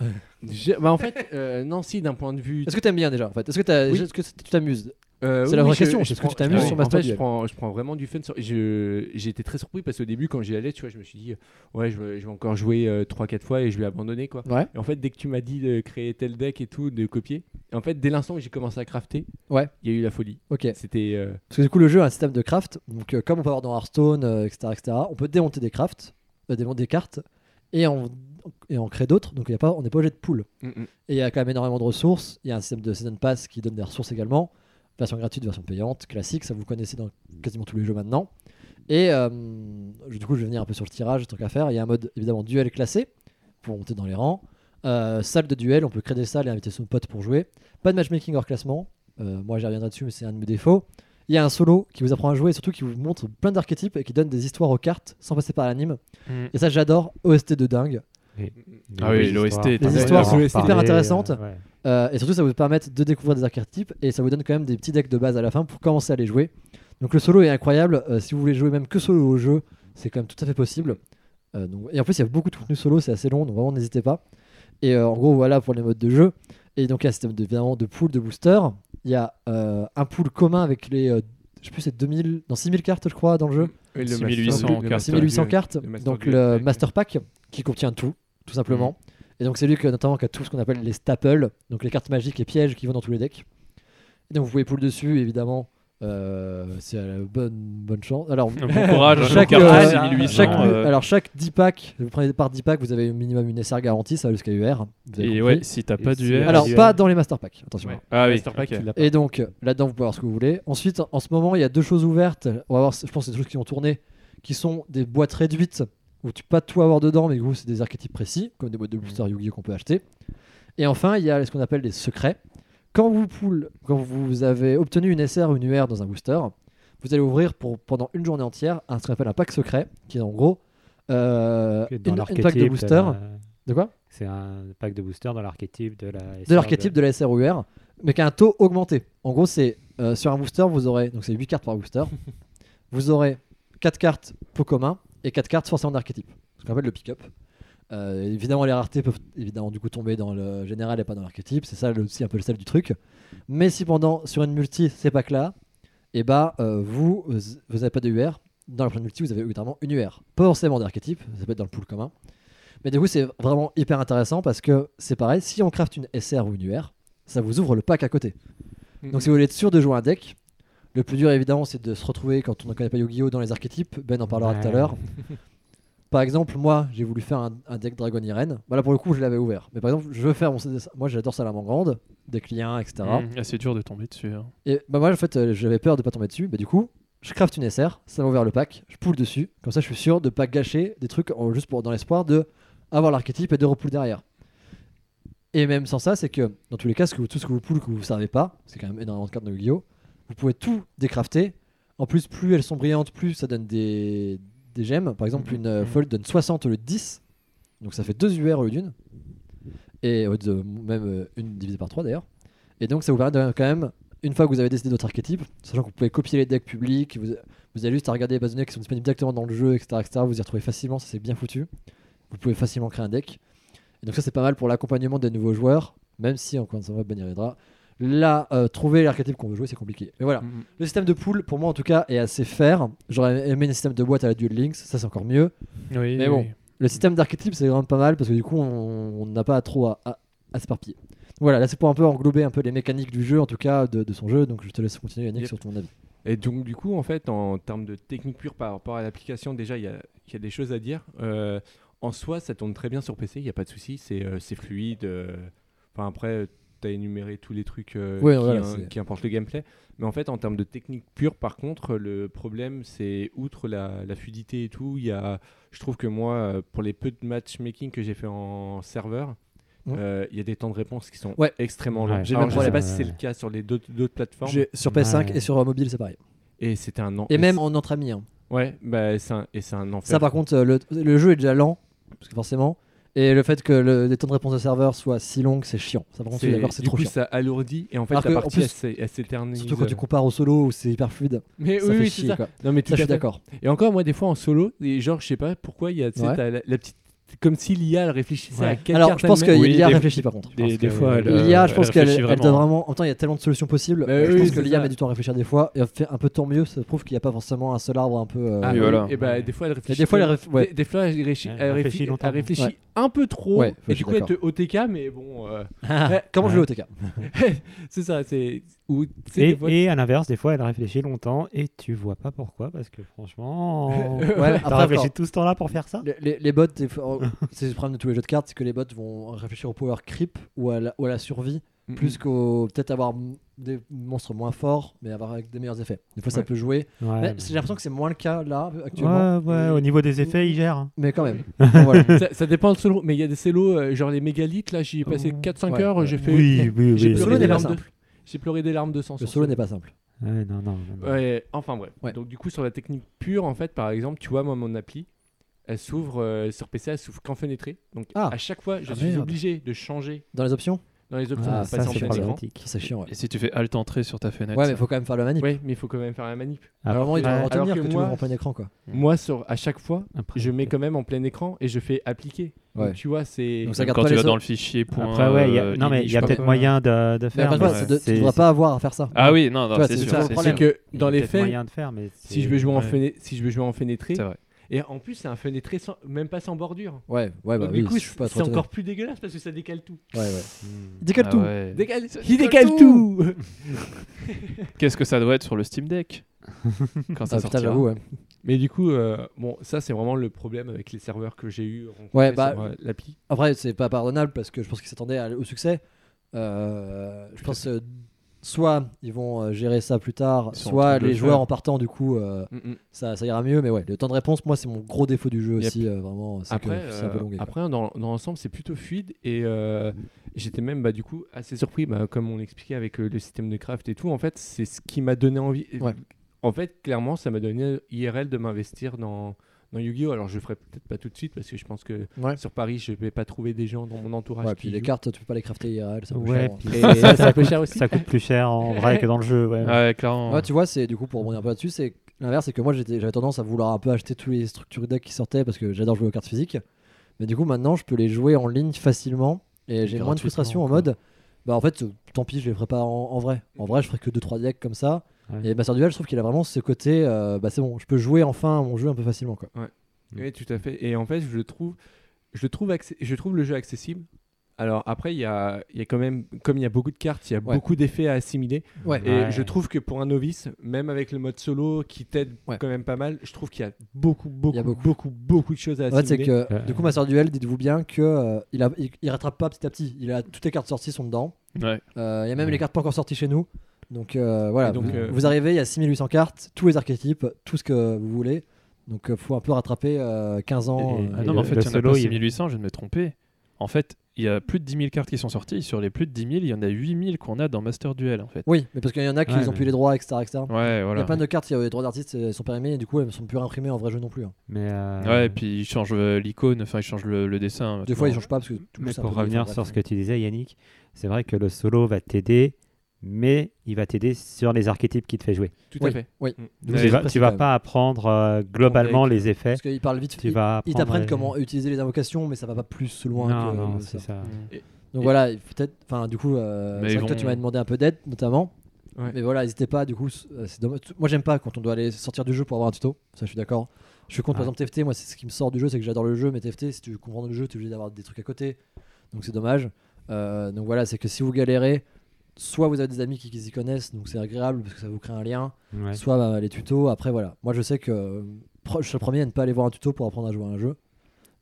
F: j'ai- bah en fait, euh, non si d'un point de vue,
D: Est-ce que t'aimes bien déjà en fait Est-ce que, t'as-
F: Oui.
D: est-ce que tu t'amuses
F: Euh,
D: c'est
F: oui,
D: la
F: oui,
D: vraie
F: je-
D: question,
F: je
D: est-ce que tu
F: prends-
D: t'amuses
F: ah
D: sur
F: oui,
D: Master
F: En fait, je
D: Duel
F: prends, je prends vraiment du fun. Sur... je- J'ai été très surpris parce qu'au début, quand j'y allais, tu vois, je me suis dit, ouais, je, vais- je vais encore jouer 3-4 fois et je vais abandonner quoi.
D: Ouais.
F: Et en fait, dès que tu m'as dit de créer tel deck et tout, de copier, en fait, dès l'instant où j'ai commencé à crafter,
D: Ouais.
F: il y a eu la folie.
D: Ok.
F: C'était euh,
D: Parce que du coup, le jeu a un système de craft. Donc, euh, comme on peut avoir dans Hearthstone, euh, etc., etc., on peut démonter des crafts, euh, démonter des cartes et en, et en créer d'autres. Donc, il y a pas, on n'est pas obligé de pool. Et il y a quand même énormément de ressources. Il y a un système de Season Pass qui donne des ressources également. Version gratuite, version payante, classique, ça vous connaissez dans quasiment tous les jeux maintenant. Et euh, je- du coup, je vais venir un peu sur le tirage, tant qu'à faire. Il y a un mode évidemment duel classé pour monter dans les rangs. Euh, salle de duel, on peut créer des salles et inviter son pote pour jouer. Pas de matchmaking hors classement. Euh, moi, j'y reviendrai dessus, mais c'est un de mes défauts. Il y a un solo qui vous apprend à jouer et surtout qui vous montre plein d'archétypes et qui donne des histoires aux cartes sans passer par l'anime.
E: Mm.
D: Et ça, j'adore. OST de dingue.
E: Ah oui, l'OST est
D: Les histoires sont hyper intéressantes.
G: ouais.
D: Euh, et surtout, ça vous permet de découvrir des archétypes et ça vous donne quand même des petits decks de base à la fin pour commencer à les jouer. Donc le solo est incroyable. euh, si vous voulez jouer même que solo au jeu, c'est quand même tout à fait possible. Euh, donc- et en plus, il y a beaucoup de contenu solo, c'est assez long, donc vraiment n'hésitez pas. Et euh, en gros, voilà pour les modes de jeu. Et donc, il y a un système de, évidemment de pool de booster. Il y a euh, un pool commun avec les. euh, je sais plus, c'est 2000, non, 6000 cartes, je crois, dans le jeu.
F: et le Master
E: 6800
F: Duel,
E: cartes.
F: le Master
D: 6800
F: Duel.
D: cartes,
F: le Master
D: donc
F: Duel, Mm.
D: le
F: ouais.
D: Master Pack qui contient tout, tout simplement. Et donc c'est lui que, notamment qui a tout ce qu'on appelle les staples, donc les cartes magiques et pièges qui vont dans tous les decks. Et donc vous pouvez poule dessus, évidemment. euh, c'est euh, bonne, bonne chance. Alors,
E: Bon courage,
D: chaque,
E: carte
D: euh,
E: 6800,
D: chaque,
E: euh,
D: alors chaque 10 packs, vous prenez par 10 packs, vous avez au minimum une SR garantie, ça va jusqu'à UR. vous avez
E: Et
D: compris.
E: ouais, euh, si t'as
G: Et
E: pas
G: si-
E: du R.
D: Alors,
G: UR.
D: pas dans les Master Packs, attention.
F: Ouais.
E: ah oui,
F: Master Pack,
E: ok.
F: tu l'as pas.
D: Et donc là-dedans, vous pouvez avoir ce que vous voulez. Ensuite, en ce moment, il y a deux choses ouvertes. On va voir, je pense, que c'est des choses qui ont tourné, qui sont des boîtes réduites où tu peux pas tout avoir dedans, mais du coup, c'est des archétypes précis, comme des boîtes de booster Yu-Gi-Oh qu'on peut acheter. Et enfin, il y a ce qu'on appelle des secrets. Quand vous pool, quand vous avez obtenu une SR ou une UR dans un booster, vous allez ouvrir pour pendant une journée entière un ce qu'on appelle un pack secret, qui est en gros euh,
G: Que
D: une,
G: Dans
D: une
G: l'archétype.
D: pack de booster.
G: euh,
D: De quoi
G: C'est un pack de booster dans l'archétype de la.
D: de l'archétype de la SRUR, mais qui a un taux augmenté. En gros, c'est euh, sur un booster, vous aurez, donc c'est 8 cartes par booster, vous aurez 4 cartes pot commun et 4 cartes forcément d'archétype, ce qu'on appelle le pick-up. Euh, évidemment, les raretés peuvent évidemment du coup tomber dans le général et pas dans l'archétype, c'est ça le- aussi un peu le sel du truc. Mais si pendant, sur une multi, ces packs-là, et bah, euh, vous, vous n'avez pas de UR, dans la plan multi, vous avez évidemment une UR. Pas forcément d'archétype, ça peut être dans le pool commun. Mais du coup, c'est vraiment hyper intéressant parce que c'est pareil, si on craft une SR ou une UR, ça vous ouvre le pack à côté. Donc si vous voulez être sûr de jouer un deck, le plus dur évidemment c'est de se retrouver quand on ne connaît pas Yu-Gi-Oh dans les archétypes, Ben en parlera tout à
G: Ouais.
D: l'heure. Par exemple, moi j'ai voulu faire un, un deck Dragon Irene, voilà pour le coup je l'avais ouvert. Mais par exemple, je veux faire mon CD moi j'adore Salamandre, deck lien, etc.
E: Mm, ah, c'est dur de tomber dessus. hein.
D: Et bah moi en fait euh, j'avais peur de pas tomber dessus, mais du coup je craft une SR, ça m'a ouvert le pack, je poule dessus, comme ça je suis sûr de pas gâcher des trucs en- juste pour, dans l'espoir de avoir l'archétype et de repoule derrière. Et même sans ça, c'est que dans tous les cas, ce que vous- tout ce que vous poule que vous ne savez pas, c'est quand même énormément de cartes de Yu-Gi-Oh! Vous pouvez tout décrafter. En plus, plus elles sont brillantes, plus ça donne des, des gemmes. Par exemple, une euh, fold donne 60 au lieu de 10. Donc ça fait 2 UR au lieu d'une. Et au lieu de- même euh, une divisée par 3 d'ailleurs. Et donc ça vous permet de, quand même, une fois que vous avez décidé de votre archétype, sachant que vous pouvez copier les decks publics, vous, vous avez juste à regarder les bases de données qui sont disponibles directement dans le jeu, etc., etc. Vous y retrouvez facilement, ça c'est bien foutu. Vous pouvez facilement créer un deck. Et donc ça c'est pas mal pour l'accompagnement des nouveaux joueurs, même si encore une fois Ben y reviendra. Là, euh, trouver l'archétype qu'on veut jouer, c'est compliqué. Mais voilà,
F: Mhm.
D: le système de pool, pour moi en tout cas, est assez fair. J'aurais aimé un système de boîte à la Duel Links, ça c'est encore mieux.
E: Oui,
D: Mais bon. Le système d'archétype, c'est vraiment pas mal parce que du coup, on on n'a pas trop à, à, à s'éparpiller. Donc Voilà, là c'est pour un peu englober un peu les mécaniques du jeu, en tout cas de, de son jeu. Donc je te laisse continuer, Yannick,
F: Yep.
D: sur ton avis.
F: Et donc, du coup, en fait, en termes de technique pure par rapport à l'application, déjà, il y a, il y a des choses à dire. Euh, en soi, ça tourne très bien sur PC, il n'y a pas de souci, c'est euh, c'est fluide. euh, Enfin, après, tu as énuméré tous les trucs euh,
D: Ouais,
F: qui,
D: voilà,
F: hein,
D: c'est-
F: qui importent le gameplay. Mais en fait, en termes de technique pure, par contre, le problème, c'est outre la, la fluidité et tout, il y a, je trouve que moi, euh, pour les peu de matchmaking que j'ai fait en serveur,
D: Ouais.
F: euh, il y a des temps de réponse qui sont
D: Ouais.
F: extrêmement
G: Ouais.
F: longs.
G: J'ai
F: Alors,
D: même
F: je ne sais
D: pas-
F: pas si c'est le cas sur les d'autres d'autres plateformes.
D: J'ai- Sur PS5
G: Ouais.
D: et sur euh, mobile, c'est pareil.
F: Et c'était un an.
D: Et même en entre amis. hein.
F: Ouais, bah, c'est un, et c'est un enfer.
D: Ça, par contre, euh, le, le jeu est déjà lent, parce que forcément. Et le fait que le, les temps de réponse de serveur soient si longs, c'est chiant. Ça, par contre, je suis d'accord, c'est
F: du
D: trop
F: coup,
D: chiant.
F: ça alourdit et en fait
D: Alors
F: la
D: que, en
F: partie
D: plus,
F: elle s'é- elle s'éternise.
D: Surtout quand tu compares au solo où c'est hyper fluide,
F: Mais
D: ça
F: oui,
D: fait
F: oui,
D: chier.
F: c'est ça.
D: quoi.
F: Non mais tout
D: Ça, je
F: à
D: suis
F: fait.
D: d'accord.
F: Et encore moi des fois en solo, et genre je sais pas pourquoi il y a tu sais,
D: Ouais.
F: t'as la, la petite comme si l'IA elle réfléchissait à
G: Ouais.
F: quelle
D: Alors,
F: carte
D: je pense
F: elle met.
D: qu'il
E: Oui,
D: y a
E: des-
D: réfléchi, par contre.
E: Des,
G: pense
E: des
G: que-
E: fois, elle,
D: L'IA,
E: euh,
D: je pense
E: elle
D: qu'elle
E: réfléchit
D: elle
E: vraiment,
D: doit
E: hein.
D: vraiment. En même temps, il y a tellement de solutions possibles.
F: Mais
D: je
F: oui,
D: pense que
F: c'est
D: l'IA
F: ça.
D: met du temps à réfléchir des fois. Et elle fait un peu tant mieux. Ça prouve qu'il n'y a pas forcément un seul arbre un peu. euh,
F: Ah,
E: Oui,
F: oui,
E: voilà.
F: Et bah des fois elle
D: Mais
F: réfléchit.
D: des fois, elle réf- ouais.
F: des, des fois elle réfléchit,
G: Elle
F: elle
G: réfléchit
F: réfléchit,
G: longtemps.
F: elle réfléchit
D: Ouais.
F: un peu trop.
D: Ouais, je
F: et
D: suis
F: du coup elle te
D: d'accord. Ah,
F: OTK mais bon euh,
D: Ouais, Comment jouer au TK
F: c'est ça c'est ou tu sais, des
G: Et,
F: fois-
G: et à l'inverse, des fois, elle réfléchit longtemps et tu vois pas pourquoi, parce que franchement,
D: Ouais, après,
G: t'as réfléchi
D: encore,
G: tout ce temps-là pour faire ça
D: les, les- les bots, des fois, oh, c'est le problème de tous les jeux de cartes, c'est que les bots vont réfléchir au power creep ou à la, ou à la survie, plus qu'au peut-être avoir m- des monstres moins forts, mais avoir avec des meilleurs effets. Des fois, ça
F: Ouais.
D: peut jouer.
G: Ouais,
D: Mais
G: mais-
D: J'ai l'impression que c'est moins le cas là actuellement, Euh,
G: ouais, ouais, au niveau des effets, il gère. hein.
D: mais quand même. Bon, voilà.
F: ça, ça dépend de solo, mais il y a des solos euh, genre les mégalithes là, j'y ai passé
G: Oh.
F: 4 5
D: Mmh. Ouais,
F: heures,
D: ouais.
F: j'ai fait
G: Oui, oui, oui.
F: J'ai
D: Le solo
G: oui.
F: pleuré
D: n'est
F: des
D: pas
F: larmes de
D: simple.
F: j'ai pleuré des larmes de sang.
D: Le
F: sur
D: solo
F: ce-
D: n'est pas simple.
G: Ouais, non, non, non, non.
F: Ouais, enfin bref.
D: Ouais.
F: Donc du coup sur la technique pure en fait par exemple tu vois moi mon appli elle s'ouvre euh, sur PC elle s'ouvre qu'en fenêtré donc
D: Ah.
F: à chaque fois je
D: Ah,
F: suis
D: merde.
F: obligé de changer
D: Dans les options,
F: dans les options
D: Ah,
F: pour
D: ça,
F: passer en
D: c'est
F: plein
D: pas
F: écran.
G: problématique.
D: c'est chiant. Ouais,
E: Et si tu fais alt entrée sur ta fenêtre
D: ouais mais faut quand même faire le manip.
F: Ouais mais il faut quand même faire la manip.
D: Alors, vraiment, il doit
G: Ouais.
D: retenir
F: Alors
D: que,
F: que
D: tu
F: moi-
D: ouvres en plein écran quoi.
F: Moi sur à chaque fois
G: Après,
F: je mets quand même en plein écran et je fais appliquer.
D: Ouais.
F: Donc, tu vois c'est
D: Donc, ça
E: Même
D: garde
E: quand
D: pas
E: tu
D: les
E: vas
D: autres.
E: dans le fichier point,
G: Après, ouais, il y a-
E: euh,
G: non, mais
E: ini,
G: il
E: je
G: y a
E: sais pas
G: peut-être
E: quoi.
G: moyen de, de
D: Mais
G: faire.
D: encore une
G: mais
D: fois,
E: ouais.
D: ça doit- tu
G: c'est-
D: ne devrais
G: c'est-
D: pas avoir à faire ça.
E: Ah oui, non, non,
D: Tu vois,
E: c'est
D: c'est
E: sûr.
D: ça le
E: c'est
F: c'est
D: problème.
E: sûr.
F: que
G: il y a
F: dans les
G: peut-être
F: faits
G: moyen de faire, mais
F: si je veux jouer en
E: Ouais.
F: fenêtre si je veux jouer en fenêtré
E: C'est vrai.
F: et en plus c'est un fenêtré sans- même pas sans bordure.
D: Ouais, ouais, bah
F: Donc,
D: oui,
F: du coup,
D: je suis pas
F: c'est
D: trop
F: encore plus dégueulasse parce que ça décale tout.
D: Ouais, ouais.
G: Hmm.
D: Décale
E: Ah
D: tout.
E: ouais.
F: Décale, il décale tout.
E: Qu'est-ce que ça doit être sur le Steam Deck Quand ça
D: Ah, putain,
E: sortira.
D: j'avoue, ouais.
F: Mais du coup, euh, bon, ça c'est vraiment le problème avec les serveurs que j'ai eu rencontrés
D: Ouais, bah,
F: sur euh, l'appli.
D: Après, c'est pas pardonnable parce que je pense qu'ils s'attendaient à- au succès. Euh, je pense euh, soit ils vont euh, gérer ça plus tard,
E: Ils sont en
D: soit
E: train de
D: les
E: le
D: joueurs
E: faire.
D: en partant, du coup, euh,
F: Mm, mm.
D: ça, ça ira mieux. Mais ouais, le temps de réponse, moi, c'est mon gros défaut du jeu
F: Yep.
D: aussi. euh, vraiment, c'est que
F: Après,
D: c'est un peu
F: euh,
D: longué. quoi.
F: après dans, dans l'ensemble, c'est plutôt fluide et euh, j'étais même bah, du coup assez surpris, bah, comme on l'expliquait avec euh, le système de craft et tout. En fait, c'est ce qui m'a donné envie.
D: Ouais.
F: En fait, clairement, ça m'a donné IRL de m'investir dans, dans Yu-Gi-Oh! Alors, je le ferai peut-être pas tout de suite parce que je pense que
D: Ouais.
F: sur Paris, je vais pas trouver des gens dans mon entourage.
D: Ouais,
F: qui
D: puis les
F: jouent.
D: cartes, tu peux pas les crafter IRL. Ça coûte
G: Ouais,
D: cher, hein.
G: puis
F: Et
G: ça,
F: ça,
G: ça
F: ça coûte
G: coûte,
F: cher aussi.
G: ça coûte plus cher en vrai que dans le jeu. ouais.
E: Ouais, clairement.
D: Ouais, tu vois, c'est du coup pour rebondir un peu là-dessus, c'est que l'inverse, c'est que moi j'étais- j'avais tendance à vouloir un peu acheter tous les structures decks qui sortaient parce que j'adore jouer aux cartes physiques. Mais du coup, maintenant, je peux les jouer en ligne facilement et j'ai moins de
E: gratuitement,
D: frustration en
E: quoi.
D: mode. Bah en fait, euh, tant pis, je les ferai pas en, en vrai. En vrai, je ferai que 2-3 decks comme ça.
G: Ouais.
D: Et Master Duel, je trouve qu'il a vraiment ce côté, euh, bah c'est bon, je peux jouer enfin à mon jeu un peu facilement quoi. Mm.
F: Oui, tout à fait. Et en fait, je le trouve, je le trouve, accé- je trouve le jeu accessible. Alors après, il y a, il y a quand même, comme il y a beaucoup de cartes, il y a
D: Ouais.
F: beaucoup d'effets à assimiler.
D: Ouais.
F: Et
G: Ouais.
F: je trouve que pour un novice, même avec le mode solo qui t'aide
D: Ouais.
F: quand même pas mal, je trouve qu'il y a beaucoup, beaucoup,
D: Il y a beaucoup.
F: beaucoup, beaucoup, de choses à
D: En fait, c'est
F: assimiler.
D: que
G: Euh,
D: du coup, Master Duel, dites-vous bien que euh, il, a- il- il rattrape pas petit à petit. Il a toutes les cartes sorties sont dedans.
E: Ouais.
D: Euh, Il y a même
G: Ouais.
D: les cartes pas encore sorties chez nous. Donc euh, voilà,
F: Et donc,
D: vous,
F: euh,
D: vous arrivez, il y a 6800 cartes, tous les archétypes, tout ce que vous voulez. Donc euh, faut un peu rattraper euh, 15 ans.
G: Et-
D: euh,
E: Ah
G: et
E: non, mais
G: le-
E: en fait,
G: le
E: il y en a
G: solo,
E: pas
G: il-
E: 6800, je ne me tromper. En fait, il y a plus de 10 000 cartes qui sont sorties. Sur les plus de 10 000, il y en a 8 000 qu'on a dans Master Duel, en fait.
D: Oui, mais parce qu'il y en a qui
G: Ouais,
D: ils ont
G: mais-
D: plus les droits, etc. etc.
E: Ouais,
D: Il y
E: voilà.
D: a plein de cartes, il y a les droits d'artistes, elles sont périmées, et du coup elles ne sont plus imprimées en vrai jeu non plus. hein.
G: Mais, euh,
E: Ouais, et puis ils changent euh, l'icône, enfin, ils changent le, le dessin.
D: Des fois ils
E: maintenant.
D: changent pas parce que du coup,
G: mais
D: c'est un
G: pour
D: peu-
G: revenir
D: enfin,
G: sur
D: bref.
G: ce que tu disais, Yannick, c'est vrai que le solo va t'aider mais il va t'aider sur les archétypes qu'il te fait jouer.
F: Tout
D: Oui.
F: à fait.
D: Oui.
G: Donc,
E: Ouais,
G: tu
E: je
G: vas,
D: pense
G: tu
D: que
G: vas
D: quand
G: pas apprendre euh, globalement les effets.
D: Parce qu'ils parlent vite.
G: Tu
D: ils-
G: vas
D: Ils
G: apprendre
D: t'apprennent
G: les-
D: comment utiliser les invocations, mais ça va pas plus loin
G: Non,
D: que
G: non,
D: que
G: c'est
D: ça.
G: ça.
D: Donc
F: Et-
D: voilà, il- peut-être. Enfin, du coup, euh,
E: Mais
D: c'est vrai
E: ils
D: que toi,
E: vont-
D: tu m'as demandé un peu d'aide, notamment.
F: Ouais.
D: Mais voilà, n'hésitez pas. Du coup, c- euh, c'est dommage. Moi, j'aime pas quand on doit aller sortir du jeu pour avoir un tuto. Ça, je suis d'accord. Je suis contre,
G: Ouais.
D: par exemple, TFT. Moi, c'est ce qui me sort du jeu, c'est que j'adore le jeu, mais TFT, si tu veux comprendre le jeu, tu es obligé d'avoir des trucs à côté. Donc, c'est dommage. Euh, donc voilà, c'est que si vous galérez, soit vous avez des amis qui, qui s'y connaissent, donc c'est agréable parce que ça vous crée un lien.
G: Ouais.
D: Soit bah, les tutos. Après, voilà. Moi, je sais que euh, pro- je suis le premier à ne pas aller voir un tuto pour apprendre à jouer à un jeu.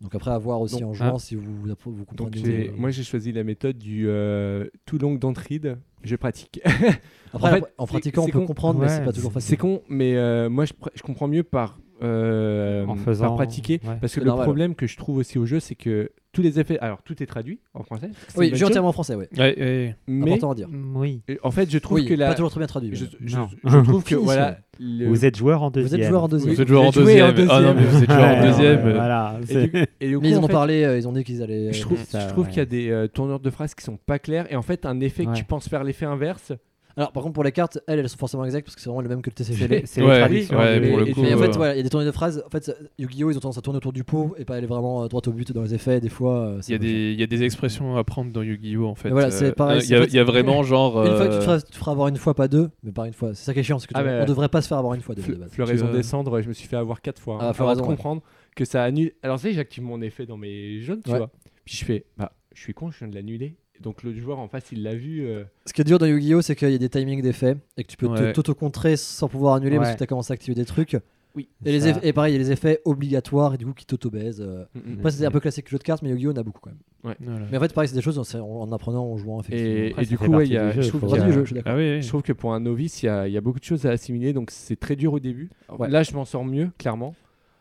D: Donc après, à voir aussi
F: Donc,
D: en jouant si vous, vous, appre- vous
F: Donc
D: comprenez.
F: j'ai-
D: euh,
F: moi j'ai choisi la méthode du euh, tout long d'entride, je pratique.
D: Après,
F: En fait,
D: en
F: c'est-
D: pratiquant, on
F: c'est
D: peut
F: con.
D: comprendre, mais
G: Ouais,
D: c'est pas toujours
F: C'est
D: facile.
F: con, mais euh, moi je, pr- je comprends mieux par, euh,
G: En
F: par
G: faisant-
F: pratiquer.
G: ouais.
F: Parce que
D: C'est
F: le
D: normal.
F: problème que je trouve aussi au jeu, c'est que tous les effets. Alors tout est traduit en français. c'est
D: Oui,
F: une bonne
D: j'ai
F: chose,
D: entièrement en français, oui.
E: Ouais, ouais.
F: Mais
D: Important à dire.
G: Oui.
F: euh, en fait, je trouve
D: oui,
F: que la.
D: pas toujours très bien traduit.
F: Je,
D: mais-
F: je-
G: Non.
F: je trouve que
D: Finition.
F: voilà. le-
G: Vous êtes joueur en deuxième. Ah,
D: Vous êtes joueur en
E: Vous
D: deuxième.
E: êtes joueur en
F: J'ai joué en
E: deuxième. Ah non, mais vous êtes joueur en
G: Ouais,
E: deuxième.
G: ouais,
E: euh,
G: Voilà.
F: Et
G: c'est-
F: du, et du coup,
D: Mais ils en
F: en
D: ont
F: fait,
D: parlé, euh, ils ont dit qu'ils allaient.
F: Je
D: euh,
F: trouve,
G: Ça,
F: je trouve
G: ouais.
F: qu'il y a des euh, tournures de phrases qui sont pas claires et en fait un effet que
G: Ouais.
F: tu penses faire l'effet inverse.
D: Alors, par contre, pour les cartes, elles, elles sont forcément exactes parce que c'est vraiment le même que le
G: C'est
D: TCG.
G: les, c'est les
E: Ouais,
G: traductions.
E: ouais,
G: du-
E: pour le
F: Et- et-
E: coup.
D: Mais en fait,
E: euh,
D: voilà, il y a des tournées de phrases. En fait, ça- Yu-Gi-Oh, ils ont tendance à tourner autour du pot et pas aller vraiment euh, droit au but dans les effets. Des fois, euh, c'est
E: Il y, a
D: pas chiant.
E: des, il y a des expressions à prendre dans Yu-Gi-Oh! en fait.
D: Voilà, c'est pareil,
E: euh, Il y, a-
D: c'est-
E: il y a vraiment genre.
D: Une fois,
E: euh,
D: tu te, feras, tu te feras avoir une fois, pas deux, mais pas une fois. C'est ça qui est chiant, c'est que
F: Ah,
D: tu-
F: mais-
D: on devrait pas se faire avoir une fois déjà, de
F: Fle-
D: base.
F: Floraison
E: Tu, euh,
F: descendre, je me suis fait avoir quatre fois.
D: Ah,
F: hein, avant de
D: floraison, ouais.
F: comprendre que ça annule. Alors, tu sais, j'active mon effet dans mes jaunes, tu
D: Ouais.
F: vois. Puis je fais, bah, je suis con, je viens de l'annuler. Donc, l'autre joueur en face, il l'a vu. euh,
D: Ce qui est dur dans Yu-Gi-Oh, c'est qu'il y a des timings d'effets et que tu peux
E: Ouais.
D: te t'auto-contrer sans pouvoir annuler parce
G: Ouais.
D: que tu as commencé à activer des trucs.
F: Oui.
D: Et, les
G: Ça.
D: eff- et pareil, il y a les effets obligatoires et du coup qui t'auto-baisent. euh.
F: Mm.
D: Après, c'est un peu classique jeu de cartes, mais Yu-Gi-Oh en a beaucoup quand même.
E: voilà.
D: Mais en fait, pareil, c'est des choses c'est en, en apprenant, en jouant, effectivement.
F: Et,
G: Après,
F: et
G: ça
F: du
G: fait
F: coup, ouais,
G: partie
F: il y a-
G: du jeu,
F: je trouve
G: faut
D: C'est
F: qu'il y
D: parti
F: a-
D: du jeu, je suis d'accord.
E: Ah oui,
F: je
E: oui.
F: trouve que pour un novice, il y a, il y a beaucoup de choses à assimiler. Donc, c'est très dur au début.
D: Ouais.
F: Là, je m'en sors mieux, clairement.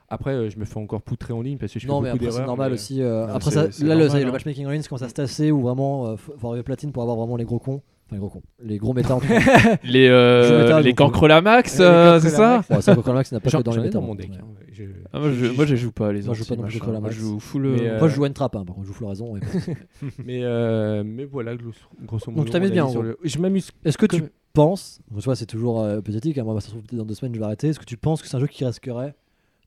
F: Après, euh, je me fais encore poutrer en ligne parce que je fais
D: Non, mais
F: beaucoup
D: après, c'est
F: d'erreurs,
D: normal
F: mais-
D: aussi. euh,
E: Non,
D: après,
E: c'est-
D: ça,
E: c'est
D: là, le, ça y est,
E: normal,
D: le
E: hein.
D: matchmaking en ligne, ça commence à se tasser ou vraiment, euh, faut faut arriver platine pour avoir vraiment les gros cons. Enfin, les gros cons. Les gros méta. en tout cas.
E: Les,
D: Je
E: euh,
D: m'étais
E: les
D: arrêté.
E: Cancrelamax,
F: Les
E: euh, c'est ça
F: Cancrelamax.
D: Ouais, ça, Coco Max n'a pas
F: J'en-
D: que dans les
F: j'en ai
D: méta.
F: dans mon deck.
D: ouais.
F: hein, je-
E: Ah, moi, je, moi, je les joue pas les
D: Moi, je joue
E: anti,
D: pas non plus
E: machin. Moi,
D: Cancrelamax.
E: je joue full.
F: Mais,
E: euh,
D: Moi, je joue N-Trap, hein, par contre, je joue Floraison. et-
F: mais, euh, mais voilà, grosso, grosso modo.
D: tu t'amuses
F: mon avis
D: bien, en
F: sur
D: gros.
F: le- Je m'amuse
D: Est-ce que
F: Que-
D: tu penses, donc soit c'est toujours euh, hypothétique, hein, moi ça se trouve peut-être dans deux semaines je vais arrêter, est-ce que tu penses que c'est un jeu qui risquerait,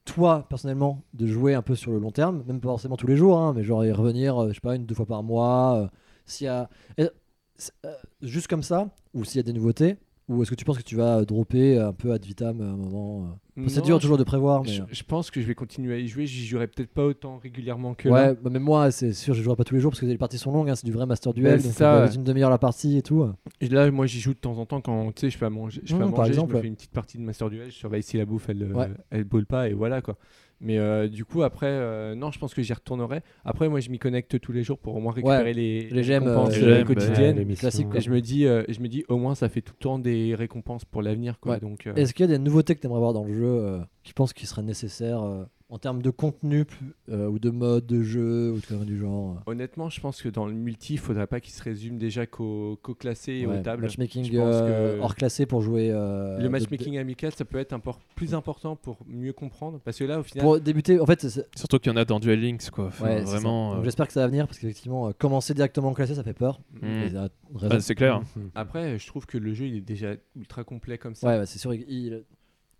D: toi personnellement, de jouer un peu sur le long terme, même pas forcément tous les jours, hein, mais genre y revenir, euh, je sais pas, une, deux fois par mois, euh, s'il y a... est- c'est- euh, juste comme ça, ou s'il y a des nouveautés, ou est-ce que tu penses que tu vas euh, dropper un peu ad vitam euh, à un moment euh Enfin, C'est
F: Non,
D: dur
F: je-
D: toujours de prévoir, mais... euh,
F: Je, je pense que je vais continuer à y jouer. J'y jouerai peut-être pas autant régulièrement que
D: Ouais,
F: là.
D: bah, même moi, c'est sûr, je jouerai pas tous les jours parce que les parties sont longues, hein, c'est du vrai master duel,
F: Ouais, c'est
D: donc
F: ça,
D: ça,
F: ouais.
D: une demi-heure la partie et tout.
F: Et là, moi, j'y joue de temps en temps quand tu sais, je fais à manger. Je, fais à
D: Mhm, par
F: manger,
D: exemple,
F: je me fais
D: ouais.
F: une petite partie de Master Duel. Je surveille si la bouffe elle, euh,
D: Ouais.
F: elle boule pas et voilà quoi. Mais euh, du coup, après, euh, non, je pense que j'y retournerai. Après, moi, je m'y connecte tous les jours pour au moins récupérer
D: Ouais,
F: les,
D: les gemmes,
F: récompenses
E: euh, les
F: euh,
E: gemmes,
F: quotidiennes.
G: ouais, les-
D: classique. quoi.
F: et je me dis, euh, je me dis, au moins, ça fait tout le temps des récompenses pour l'avenir quoi.
D: Ouais.
F: Donc, euh,
D: Est-ce qu'il y a des nouveautés que tu aimerais voir dans le jeu euh, qui pensent qu'il serait nécessaire euh, en termes de contenu plus- euh, ou de mode de jeu ou de conneries du genre euh,
F: honnêtement, je pense que dans le multi, il faudrait pas qu'il se résume déjà qu'au qu'au classé
D: euh,
F: et
D: ouais,
F: aux tables.
D: Matchmaking
F: Je pense
D: euh,
F: que-
D: hors classé pour jouer. euh,
F: Le
D: de-
F: matchmaking amical, ça peut être impor- plus important pour mieux comprendre. Parce que là, au
D: de-
F: final,
D: Pour débuter, en fait, c'est- c'est-
E: Surtout qu'il y en a dans Duel Links, quoi. Enfin,
D: ouais, c'est ça.
E: vraiment.
D: Donc
E: euh,
D: J'espère que ça va venir parce qu'effectivement, euh, commencer directement en classé, ça fait peur.
E: Mm.
D: Et ça a raison.
E: ah, c'est clair.
F: après, je trouve que le jeu, il est déjà ultra complet comme ça.
D: ouais, bah, c'est sûr. il- il-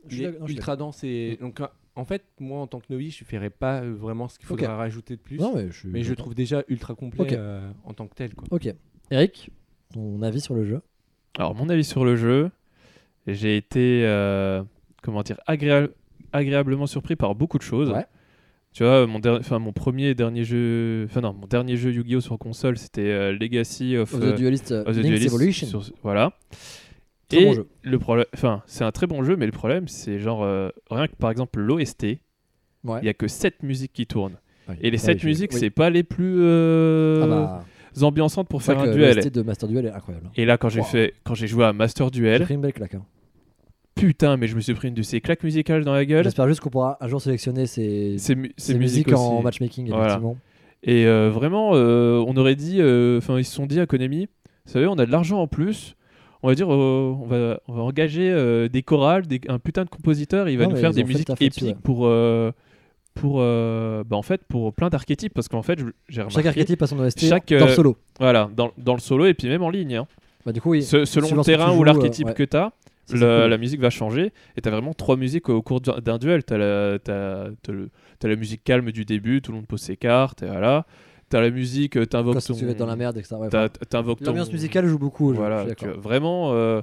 D: je suis
F: il est
D: d'accord- non, je suis
F: ultra dense. Et... Donc, euh, en fait, moi, en tant que novice, je ne ferais pas euh, vraiment ce qu'il
D: Ok.
F: faudrait rajouter de plus.
D: d'accord. Non, mais je suis
F: mais je le trouve déjà ultra complet
D: Ok.
F: euh, en tant que tel. Quoi.
D: Ok. Eric, ton avis sur le jeu
E: Alors, mon avis sur le jeu, j'ai été euh, comment dire, agréa- agréablement surpris par beaucoup de choses.
D: Ouais.
E: Tu vois, mon, der- enfin, mon premier et dernier jeu, enfin non, mon dernier jeu Yu-Gi-Oh sur console, c'était euh, Legacy of,
D: Of
E: euh,
D: the Duelist euh,
E: of the
D: Link's
E: Duelist
D: Evolution.
E: sur- voilà.
D: Très
E: et
D: bon jeu.
E: le problème, enfin, c'est un très bon jeu, mais le problème, c'est genre euh, rien que par exemple l'OST,
D: Ouais.
E: il y a que 7 musiques qui tournent.
D: Ouais.
E: Et
D: Ouais,
E: les 7
D: Ah, j'ai-
E: musiques,
D: oui.
E: c'est pas les plus euh,
D: Ah bah,
E: ambiançantes pour
D: c'est
E: faire
D: vrai
E: un
D: que
E: duel.
D: l'OST de Master Duel est incroyable.
E: Et là, quand j'ai
D: Wow.
E: fait, quand j'ai joué à Master
D: J'ai
E: Duel,
D: pris une belle claque. hein.
E: putain, mais je me suis pris une de ces claques musicales dans la gueule.
D: J'espère juste qu'on pourra un jour sélectionner ces,
E: C'est mu-
D: ces
E: c'est musique
D: musiques en
E: aussi.
D: matchmaking,
E: Voilà.
D: effectivement.
E: Et euh, vraiment, euh, on aurait dit, euh, enfin, ils se sont dit à Konami, vous savez, on a de l'argent en plus. On va dire, euh, on, va, on va engager euh, des chorales, des- un putain de compositeur, il va
D: Non,
E: nous
D: mais
E: faire
D: ils
E: des
D: ont fait le
E: musiques
D: taf
E: épiques
D: là-dessus, ouais.
E: pour, euh, pour, euh, bah, en fait, pour plein d'archétypes, parce qu'en fait, je- j'ai remarqué
D: Chaque archétype a son OST
E: Chaque,
D: dans le
E: euh,
D: solo.
E: Voilà, dans, dans le solo et puis même en ligne. hein.
D: Bah, du coup, oui.
E: Se- selon
D: Suivant
E: le
D: ce que
E: terrain
D: tu
E: ou
D: joues,
E: l'archétype
D: euh, ouais.
E: que t'as,
D: C'est ça,
E: la,
D: cool.
E: la musique va changer et t'as vraiment trois musiques au cours d'un d'un duel. T'as la, t'as- t'as le- t'as la musique calme du début, tout le monde pose ses cartes, et voilà. T'as la musique, euh,
D: Quand
E: t'invoques ton.
D: tu vas être dans la merde, etc. Ouais,
E: t'as- T'invoques ton.
D: L'ambiance musicale joue beaucoup. je-
E: Voilà,
D: je suis
E: tu
D: d'accord.
E: vois, vraiment. euh,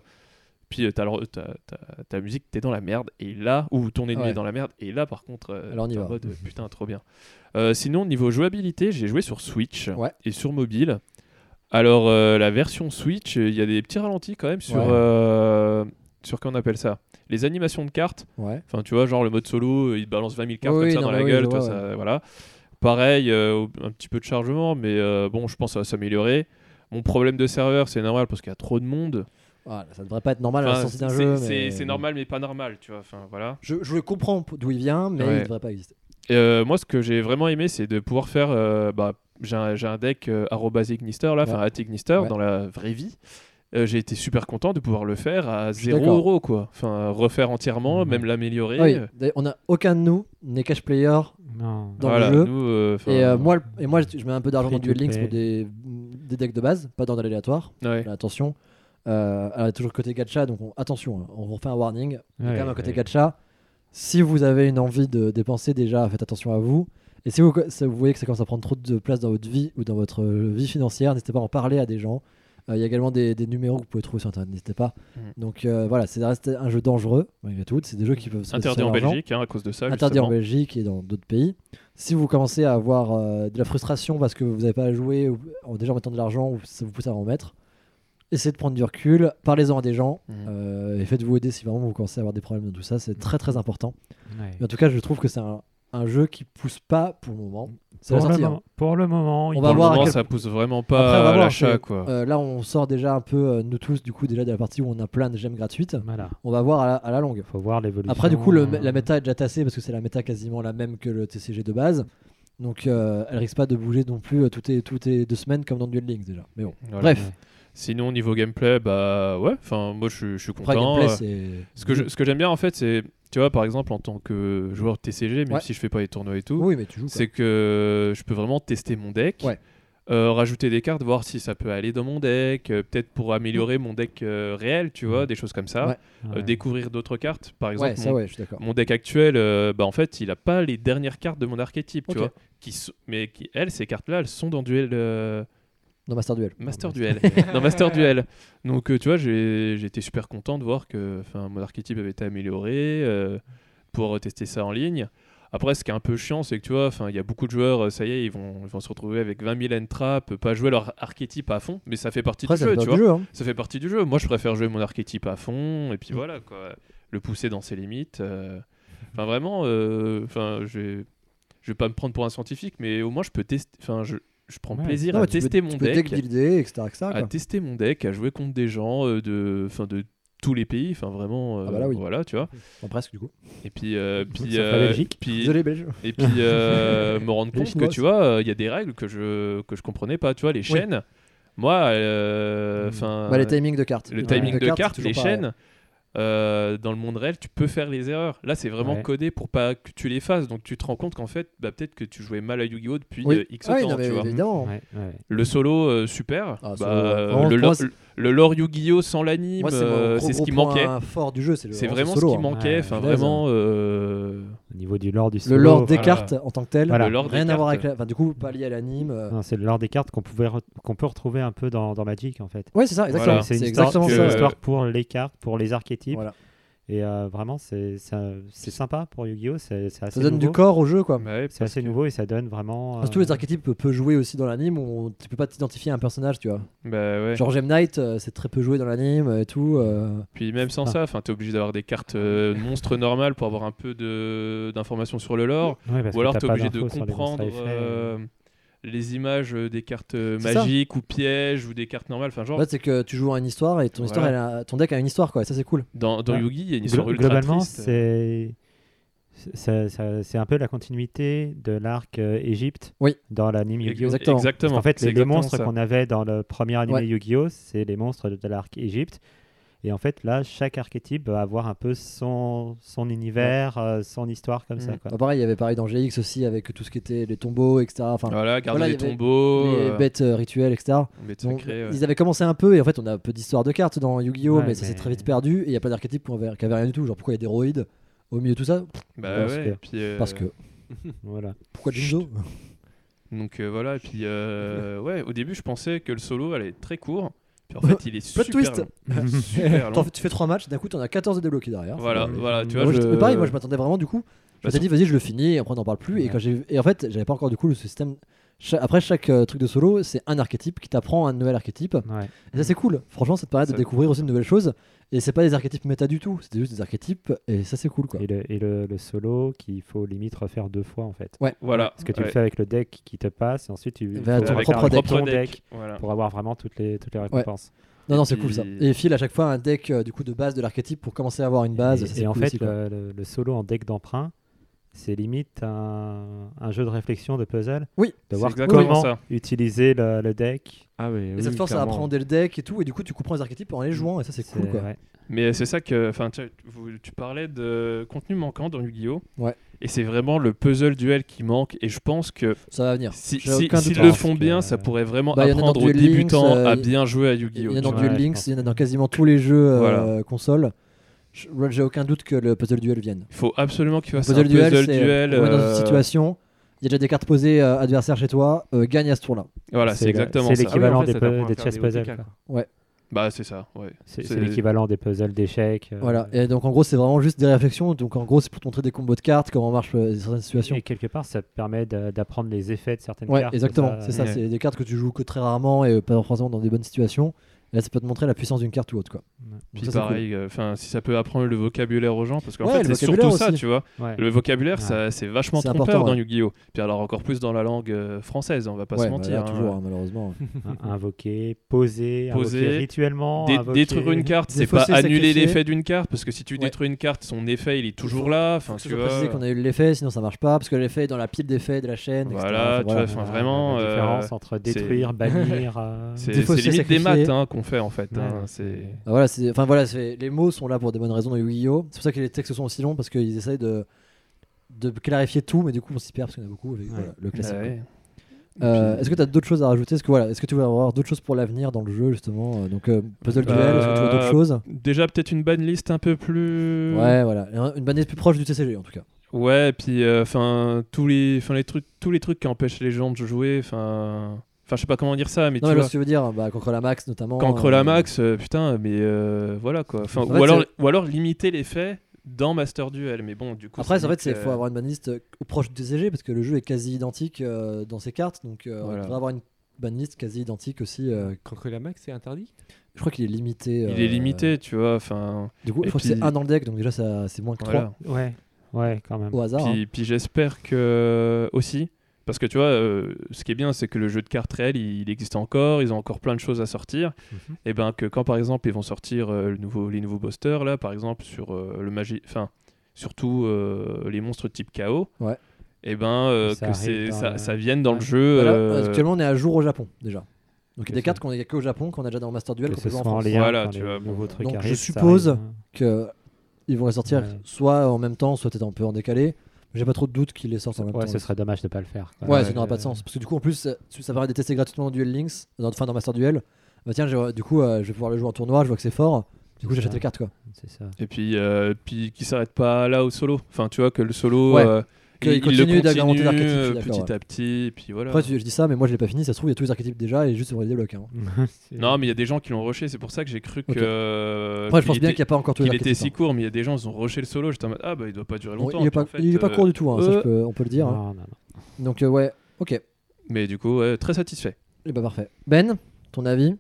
E: Puis euh, t'as le- t'as- t'as- ta musique, t'es dans la merde, et là, ou ton ennemi
D: Ouais.
E: est dans la merde, et là par contre, euh,
D: Alors, on y
E: t'es en
D: va.
E: mode, euh, putain, trop bien. Euh, sinon, niveau jouabilité, j'ai joué sur Switch
D: Ouais.
E: et sur mobile. Alors, euh, la version Switch, euh, il y a des petits ralentis quand même sur.
D: Ouais.
E: euh, sur qu'on appelle ça Les animations de cartes.
D: Ouais.
E: Enfin, tu vois, genre le mode solo, euh, il te balance 20 000 cartes
D: Oui,
E: comme
D: oui,
E: ça
D: non,
E: dans
D: mais
E: la
D: oui,
E: gueule,
D: je
E: toi,
D: vois,
E: ça- voilà. Pareil, euh, un petit peu de chargement, mais euh, bon, je pense que ça va s'améliorer. Mon problème de serveur, c'est normal parce qu'il y a trop de monde.
D: Voilà, ça devrait pas être normal à Ah, la
E: Enfin,
D: sortie d'un
E: c'est-
D: jeu.
E: c'est
D: mais-
E: c'est normal, mais pas normal, tu vois. Enfin, voilà.
D: Je, je le comprends p- d'où il vient, mais
E: Ouais.
D: il devrait pas exister.
E: Et, euh, moi, ce que j'ai vraiment aimé, c'est de pouvoir faire. euh, bah, j'ai un, j'ai un deck euh, arrobase Ignister, là, enfin,
D: Ouais.
E: at Ignister,
D: Ouais.
E: dans la vraie vie. Euh, j'ai été super content de pouvoir le faire à
D: suis
E: 0
D: d'accord.
E: euro, quoi. Enfin, refaire entièrement,
G: Mhm.
E: même l'améliorer.
D: Ah oui, d'ailleurs, on a aucun de nous n'est cash player.
G: Non.
D: dans le
E: voilà,
D: jeu.
E: nous, euh, enfin,
D: Et euh, moi, le- et moi, je je mets un peu d'argent
G: Free
D: dans Duel
G: to
D: Links
G: play.
D: pour des, des decks de base, pas dans de l'aléatoire.
E: ouais.
D: Là, Attention, euh, alors, il y a toujours le côté gacha, donc on- attention, hein, on vous refait un warning. Il y a
G: Ouais,
D: quand même un côté
G: ouais.
D: gacha. Si vous avez une envie de dépenser, déjà, faites attention à vous. Et si vous, co- ça- vous voyez que ça commence à prendre trop de place dans votre vie ou dans votre euh, vie financière, n'hésitez pas à en parler à des gens. Euh, Il y a également des, des numéros que vous pouvez trouver sur internet, n'hésitez pas.
E: Mm.
D: Donc euh, voilà, c'est reste un jeu dangereux, malgré tout. C'est des jeux qui peuvent se
E: Interdit en Belgique, hein, à cause de ça.
D: interdit
E: justement.
D: en Belgique et dans d'autres pays. Si vous commencez à avoir euh, de la frustration parce que vous n'avez pas à jouer, ou, en- déjà en mettant de l'argent, ou ça vous pousse à en remettre, essayez de prendre du recul, parlez-en à des gens
E: Mhm.
D: euh, et faites-vous aider si vraiment vous commencez à avoir des problèmes dans tout ça. C'est très très important.
G: Ouais.
D: Mais en tout cas, je trouve que c'est un, un jeu qui pousse pas pour le moment. C'est la
G: Pour, le
D: sortie. hein.
G: moment, pour le moment, il
D: va
E: Pour le
D: voir à
E: moment,
D: quel-
E: ça pousse vraiment
D: Après, on va
E: pas à
D: voir,
E: l'achat,
D: c'est-
E: quoi.
D: Euh, là, on sort déjà un peu, euh, nous tous, du coup, déjà de la partie où on a plein de gemmes gratuites.
G: Voilà.
D: On va voir à la- à la longue.
G: Faut voir l'évolution. euh,
D: Après, du coup, le- la méta est déjà tassée parce que c'est la méta quasiment la même que le TCG de base. Donc, euh, elle risque pas de bouger non plus euh, toutes les, toutes les deux semaines comme dans Duel Links déjà. Mais bon,
E: Voilà.
D: bref,
E: Sinon, niveau gameplay, bah ouais, enfin, moi je, suis- je suis
D: après,
E: content.
D: gameplay,
E: Euh,
D: c'est.
E: ce que je- ce que j'aime bien en fait, c'est, tu vois, par exemple, en tant que joueur TCG, même
D: Ouais.
E: si je fais pas les tournois et tout,
D: Oui, mais tu joues. quoi.
E: c'est que je peux vraiment tester mon deck,
D: Ouais.
E: euh, rajouter des cartes, voir si ça peut aller dans mon deck, euh, peut-être pour améliorer mon deck euh, réel, tu vois, des choses comme ça,
D: Mm. Ouais.
E: Euh, découvrir d'autres cartes, par exemple.
D: Ouais,
E: mon-
D: ça, ouais, je suis d'accord.
E: mon deck actuel, euh, bah, en fait, il a pas les dernières cartes de mon archétype,
D: Ok.
E: tu vois. Qui so- mais qui, elles, ces cartes-là, elles sont dans duel, euh,
D: Dans Master Duel.
E: Master Duel. dans Master Duel. Donc, euh, tu vois, j'ai j'ai été super content de voir que enfin, mon archétype avait été amélioré euh, pour tester ça en ligne. Après, ce qui est un peu chiant, c'est que tu vois, enfin, il y a beaucoup de joueurs, euh, ça y est, ils vont, ils vont se retrouver avec 20 000 entraps, pas jouer leur archétype à fond, mais ça fait partie
D: Après,
E: du
D: ça
E: jeu,
D: fait
E: tu
D: partie
E: vois
D: du jeu. hein.
E: ça fait partie du jeu. Moi, je préfère jouer mon archétype à fond, et puis voilà, quoi. Le pousser dans ses limites. euh. Enfin, vraiment, euh, enfin, je je vais pas me prendre pour un scientifique, mais au moins, je peux tester. Enfin, je, je prends
G: Ouais.
E: plaisir
D: Non,
E: à
D: mais tu
E: tester
D: peux,
E: mon
D: tu peux
E: deck, Ah,
D: builder, etc. etc.,
E: à
D: quoi.
E: tester mon deck, à jouer contre des gens euh, de, enfin, de tous les pays. Enfin, vraiment, euh,
D: Ah bah là, oui.
E: voilà, tu vois.
D: Enfin, presque, du coup.
E: Et puis, euh,
G: Sauf
E: puis,
G: la
E: euh,
G: Belgique.
E: puis,
D: Désolé, Belge.
E: et puis euh, me rendre
D: Les
E: compte que
D: Chinois
E: tu vois, euh, il y a des règles que je que je comprenais pas. Tu vois, les chaînes. Moi, euh,
G: Mm.
E: enfin,
D: Bah, les timings de cartes.
E: le
G: Ouais.
E: timing de
D: cartes,
E: carte,
D: c'est
E: les
D: toujours pareil.
E: chaînes, euh, dans le monde réel, tu peux faire les erreurs. Là, c'est vraiment
G: Ouais.
E: codé pour pas que tu les fasses. Donc, tu te rends compte qu'en fait, bah, peut-être que tu jouais mal à Yu-Gi-Oh depuis
D: Oui.
E: euh, X
D: Ah oui,
E: temps.
D: non,
E: tu
D: mais
E: vois.
D: évidemment.
G: Ouais, ouais.
E: Le solo, euh, super.
D: Ah,
E: Bah,
D: solo,
E: euh,
D: vraiment,
E: le,
D: pour
E: lo-
D: moi, c'est-
E: le lore Yu-Gi-Oh sans l'anime,
D: Moi, c'est mon
E: euh,
D: gros,
E: c'est ce
D: gros
E: qui
D: point
E: manquait.
D: fort du jeu. C'est le-
E: C'est
D: en
E: vraiment
D: solo,
E: ce
D: hein.
E: qui manquait.
G: Ouais,
E: Enfin,
D: punaise.
E: vraiment. euh,
G: Au niveau du lore du
D: Le
G: solo,
D: lore des
E: voilà.
D: cartes en tant que tel.
G: Voilà.
E: Le lore des
D: Rien à voir
E: cartes.
D: avec la. Enfin, du coup, pas lié à l'anime. euh,
G: Non, c'est le lore des cartes qu'on pouvait re- qu'on peut retrouver un peu dans, dans Magic en fait.
D: Ouais, c'est ça, exactement.
E: Voilà.
G: C'est
D: C'est
G: une histoire,
D: exactement
E: que-
G: c'est
D: ça.
G: une
E: euh,
G: histoire pour les cartes, pour les archétypes.
D: Voilà.
G: Et euh, vraiment, c'est c'est un- c'est sympa pour Yu-Gi-Oh! C'est c'est assez
D: Ça donne
G: nouveau.
D: du corps au jeu, quoi.
E: bah ouais,
G: C'est
E: parce
G: assez
E: que-
G: nouveau et ça donne vraiment. euh,
D: Parce que tous les archétypes peut jouer aussi dans l'anime, on... tu peux pas t'identifier à un personnage, tu vois.
E: bah ouais.
D: Genre Gem Knight, euh, c'est très peu joué dans l'anime euh, et tout. euh.
E: Puis même sans
G: Ah.
E: ça, enfin, t'es obligé d'avoir des cartes euh, monstres normales pour avoir un peu de d'informations sur le lore.
G: Ouais, parce
E: Ou
G: que
E: alors
G: t'as
E: tu es
G: pas
E: obligé de
G: d'infos sur les monstres
E: comprendre
G: à effet.
E: euh, les images euh, des cartes euh,
D: C'est ça.
E: magiques ou pièges ou des cartes normales. Enfin, genre,
G: Bah,
D: En fait, c'est que tu joues à une histoire et ton,
E: Voilà.
D: histoire, elle a- ton deck a une histoire, quoi. Et ça, c'est cool.
E: dans, dans
G: Ouais.
E: Yugi, il y a
G: bah,
E: une
G: Glo-
E: histoire ultra
G: globalement,
E: triste.
G: c'est c'est- ça- c'est un peu la continuité de l'arc euh, Égypte
D: Oui.
G: dans l'anime Yu-Gi-Oh!
D: Exact.
E: Exactement.
G: Parce qu'en fait,
E: C'est
G: les, les
E: exactement
G: monstres
E: ça.
G: qu'on avait dans le premier anime
D: Ouais.
G: Yu-Gi-Oh! c'est les monstres de, de l'arc Égypte. Et en fait, là, chaque archétype va avoir un peu son, son univers, euh, son histoire comme ça. Quoi.
D: Bah, pareil, il y avait pareil dans GX aussi avec tout ce qui était les tombeaux, etc. Enfin,
E: Voilà, garder
D: Voilà,
E: les
D: il y avait
E: tombeaux,
D: les
E: euh,
D: bêtes euh, rituelles, etc.
E: bêtes
D: Donc,
E: sacrées, ouais.
D: Ils avaient commencé un peu et en fait on a un peu d'histoire de cartes dans Yu-Gi-Oh
G: Ouais,
D: mais, ça s'est
G: mais-
D: très vite perdu et il y a plein d'archétypes qui avaient qui avaient rien du tout genre pourquoi il y a des droïdes au milieu de tout ça
E: Bah
G: parce
E: ouais,
G: que-
E: et puis, euh,
D: parce que
G: Voilà.
D: pourquoi Jinzo
E: Donc euh, voilà, et puis euh, ouais, au début je pensais que le solo allait être très court, puis en fait il est super
D: twist.
E: long. super long.
D: T'en fais- tu fais 3 matchs d'un coup t'en as 14 de débloqués derrière
E: Eh, Voilà,
D: Enfin,
E: voilà, tu vois,
D: moi, je-
E: je-
D: mais pareil moi je m'attendais vraiment du coup je
E: Bah,
D: m'étais dit vas-y je le finis et après on n'en parle plus et
G: Ouais.
D: quand j'ai et en fait j'avais pas encore du coup le système Cha- après chaque euh, truc de solo c'est un archétype qui t'apprend un nouvel archétype
G: Ouais.
D: Et ça, c'est cool. Franchement, ça te permet de
E: Mm. Ça-
D: découvrir aussi de nouvelles choses. Et c'est pas des archétypes méta du tout. C'est juste des archétypes. Et ça, c'est cool, quoi.
G: Et, le, et le, le solo qu'il faut limite refaire deux fois en fait.
E: Voilà.
G: Parce que tu
E: Ouais.
G: le fais avec le deck qui te passe et ensuite tu
D: Vers
G: faut
D: ton
G: avec
D: propre
G: un-
D: deck.
G: ton deck
E: Voilà.
G: pour avoir vraiment toutes les, toutes les récompenses.
D: Non,
E: Et
D: non, c'est
E: puis-
D: cool ça. Et file à chaque fois un deck euh, du coup de base de l'archétype pour commencer à avoir une base.
G: et
D: Ah, ça,
G: et
D: c'est
G: en
D: cool
G: fait, euh,
D: aussi, quoi.
G: le, le- le solo en deck d'emprunt, c'est limite un, un jeu de réflexion, de puzzle.
D: Oui,
G: de
E: c'est
G: voir
E: exactement
G: comment
E: ça.
G: utiliser le, le deck.
F: Ah ouais,
D: Et ça te force à appréhender le deck et tout. Et du coup, tu comprends les archétypes en
G: Mm.
D: les jouant. Et ça, c'est cool, quoi.
G: ouais.
E: Mais c'est ça que, enfin, tu, vous- tu parlais de contenu manquant dans Yu-Gi-Oh.
D: Ouais.
E: Et c'est vraiment le puzzle duel qui manque. Et je pense que
D: Ça va venir.
E: si-
D: Ah, J'ai
E: si- s'ils
D: aucun doute.
E: le
G: Parce
E: font
G: que-
E: bien, ça pourrait vraiment
D: Bah, y en a dans
E: apprendre aux
D: Duel Links,
E: débutants
D: euh,
E: à
D: y-
E: bien jouer à
D: Il y
E: Yu-Gi-Oh.
D: en a dans
E: tu
G: Ouais,
D: Duel
G: je
D: Links,
G: pense.
D: il y en a dans quasiment tous les jeux euh,
E: Voilà.
D: consoles. Je- J'ai aucun doute que le puzzle duel vienne.
E: Il faut absolument qu'ils fassent un
D: Puzzle duel,
E: puzzle
D: c'est
E: duel.
D: on est dans
E: euh,
D: une situation. Il y a déjà des cartes posées euh, adversaires chez toi. euh, gagne à ce tour-là.
E: Voilà, c'est
G: le-
E: exactement
G: C'est
E: ça.
F: Ah oui,
G: l'équivalent
F: en fait,
G: des,
F: ça
G: pu-
F: t'apprend à
G: des
F: faire
G: chess
F: des
G: puzzles.
F: OTK,
G: quoi.
E: Bah c'est ça, ouais.
G: C'est
E: C'est-
G: c'est l'équivalent des puzzles d'échecs. euh,
D: Voilà, et donc en gros, c'est vraiment juste des réflexions. Donc en gros, c'est pour te montrer des combos de cartes, comment marchent euh, certaines situations.
G: Et quelque part, ça permet d'a- d'apprendre les effets de certaines
D: Ouais,
G: cartes. euh,
D: exactement, c'est ça.
E: Ouais.
D: C'est des cartes que tu joues que très rarement et pas forcément dans des bonnes situations. Et là, ça peut te montrer la puissance d'une carte ou autre, quoi.
G: Ouais.
E: Puis
D: Donc ça, c'est cool.
E: pareil, euh, enfin si ça peut apprendre le vocabulaire aux gens, parce qu'en
D: Ouais, le
E: fait c'est surtout
D: vocabulaire
E: ça,
D: aussi.
E: tu vois.
G: Ouais.
E: Le vocabulaire,
G: Ouais.
E: ça, c'est vachement
D: C'est
E: trompeur
D: important,
E: dans
D: ouais.
E: Yu-Gi-Oh! Puis alors encore plus dans la langue euh, française, on va pas
D: ouais,
E: se
D: bah,
E: mentir.
D: là,
E: hein.
D: toujours, hein, malheureusement.
G: Un- Invoquer, poser,
E: Poser,
G: invoquer
D: hein.
G: rituellement.
E: Dé-
G: invoquer-
E: détruire une carte, c'est pas
D: défausser,
E: annuler
D: Ah, sacrifier.
E: l'effet d'une carte, parce que si tu
D: Ouais.
E: détruis une carte, son effet il est toujours là. Enfin,
D: Je
E: tu vois.
D: préciser qu'on a eu l'effet, sinon ça marche pas, parce que l'effet est dans la pile d'effets de la chaîne. etc.
E: Voilà,
D: Enfin,
E: tu vois, enfin, vraiment,
G: La
E: euh,
G: différence entre détruire, bannir. euh,
E: C'est c'est
D: défausser,
E: limite des
D: sacrifier.
E: maths hein, qu'on fait en fait.
G: Ouais.
E: hein, c'est-
D: Ah, voilà, c'est- enfin voilà, c'est- les mots sont là pour des bonnes raisons dans Yu-Gi-Oh. C'est pour ça que les textes sont aussi longs parce qu'ils essayent de de clarifier tout, mais du coup on s'y perd parce qu'il y en a beaucoup. mais voilà, le classique.
E: Ah
D: quoi.
E: ouais.
D: Euh,
E: Puis-
D: Est-ce que tu as d'autres choses à rajouter Est-ce que voilà, est-ce que tu veux avoir d'autres choses pour l'avenir dans le jeu justement euh, Donc euh, puzzle duel, est-ce que tu vois d'autres
E: Euh,
D: choses
E: Déjà, peut-être une ban list un peu plus.
D: Ouais, voilà, Et un- une bannière plus proche du TCG en tout cas.
E: Ouais, et puis euh, enfin tous les, enfin les trucs, tous les trucs qui empêchent les gens de jouer. Enfin, enfin, je sais pas comment dire ça, mais
D: non,
E: tu
D: mais
E: vois.
D: alors, si tu veux dire, bah, contre la max notamment.
E: Cancre
D: euh,
E: la max, euh, putain, mais euh, voilà quoi. Enfin,
D: En
E: ou,
D: fait,
E: alors, ou alors limiter l'effet dans Master Duel, mais bon, du coup.
D: Après,
E: ça
D: en fait,
E: limite,
D: c'est
E: euh,
D: faut avoir une banliste proche du TCG parce que le jeu est quasi identique euh, dans ses cartes, donc euh,
E: Voilà.
D: on devrait avoir une banliste quasi identique aussi. euh,
F: Contre la max, c'est interdit
D: je crois qu'il est limité.
E: Il
D: euh,
E: est limité, tu vois. Enfin,
D: Du coup,
E: Et
D: je crois que
E: puis-
D: c'est un dans le deck, donc déjà ça- c'est moins que trois
E: voilà.
G: euh, Ouais, ouais, quand même.
D: au hasard. hein.
E: Puis, puis j'espère que aussi, parce que tu vois, euh, ce qui est bien, c'est que le jeu de cartes réel, il, il existe encore. Ils ont encore plein de choses à sortir.
G: Mhm.
E: Et ben que quand par exemple ils vont sortir euh, le nouveau, les nouveaux boosters là, par exemple sur euh, le magie, enfin surtout euh, les monstres type KO.
D: Ouais.
E: Et ben euh,
G: Ça
E: que
G: arrive
E: c'est
G: dans
E: ça,
G: le-
E: ça vienne dans le
G: Ouais.
E: jeu.
D: Voilà,
E: euh,
D: Bah Actuellement, on est à jour au Japon déjà. Donc il y a des
G: Que
D: cartes
G: ce-
D: qu'on a qu'au Japon, qu'on a déjà dans le Master Duel, qu'on
G: que ce
D: peut jouer en
G: soit en
D: France.
G: lien.
E: Voilà,
G: quand
E: tu
G: les
E: vois,
G: nouveaux trucs
D: Donc, je
G: arrivent, ça
D: suppose-
G: arrive, hein.
D: que ils vont les sortir
G: Ouais.
D: soit en même temps, soit peut-être un peu en décalé. J'ai pas trop de doute qu'ils les sortent en même
G: Ouais,
D: temps.
G: ce serait dommage de pas le faire. quoi.
D: Ouais, ça n'aura pas de sens. Parce que du coup, en plus, ça, ça permet de tester gratuitement dans Duel Links, dans, enfin dans Master Duel. Bah tiens, j'ai- du coup, euh, je vais pouvoir le jouer en tournoi, je vois que c'est fort. Du coup,
G: C'est
D: j'achète
G: ça.
D: les cartes quoi.
G: C'est ça.
E: Et puis, euh, puis qui s'arrête pas là au solo. Enfin, tu vois que le solo,
D: Ouais.
E: euh,
D: Qu'il
E: il, il le
D: continue d'agrémenter
E: continue
D: l'archétype, je suis
E: euh,
D: d'accord,
E: petit
D: ouais.
E: à petit. Et puis voilà.
D: Après, tu- je dis ça, mais moi je l'ai pas fini, ça se trouve, il y a tous les archétypes déjà et juste sur les débloquer. hein.
G: C'est-
E: Non, mais il y a des gens qui l'ont rushé. C'est pour ça que j'ai cru que.
D: Ok.
E: euh,
D: Après, je
E: qu'il
D: pense bien
E: était-
D: qu'il n'y a pas encore tous les
E: qu'il
D: archétypes.
E: était si
D: hein.
E: court, mais il y a des gens, ils ont rushé le solo. J'étais en mode, ah bah il doit pas durer
D: Bon,
E: longtemps.
D: il est
E: Puis en
D: pas,
E: fait,
D: il est pas
E: euh,
D: court du tout, hein, ça, je
E: euh,
D: peux- on peut le dire. hein.
G: Non, non, non.
D: Donc, euh, ouais, ok.
E: euh, Mais du coup, ouais, très satisfait.
D: Et bah parfait. Ben, ton avis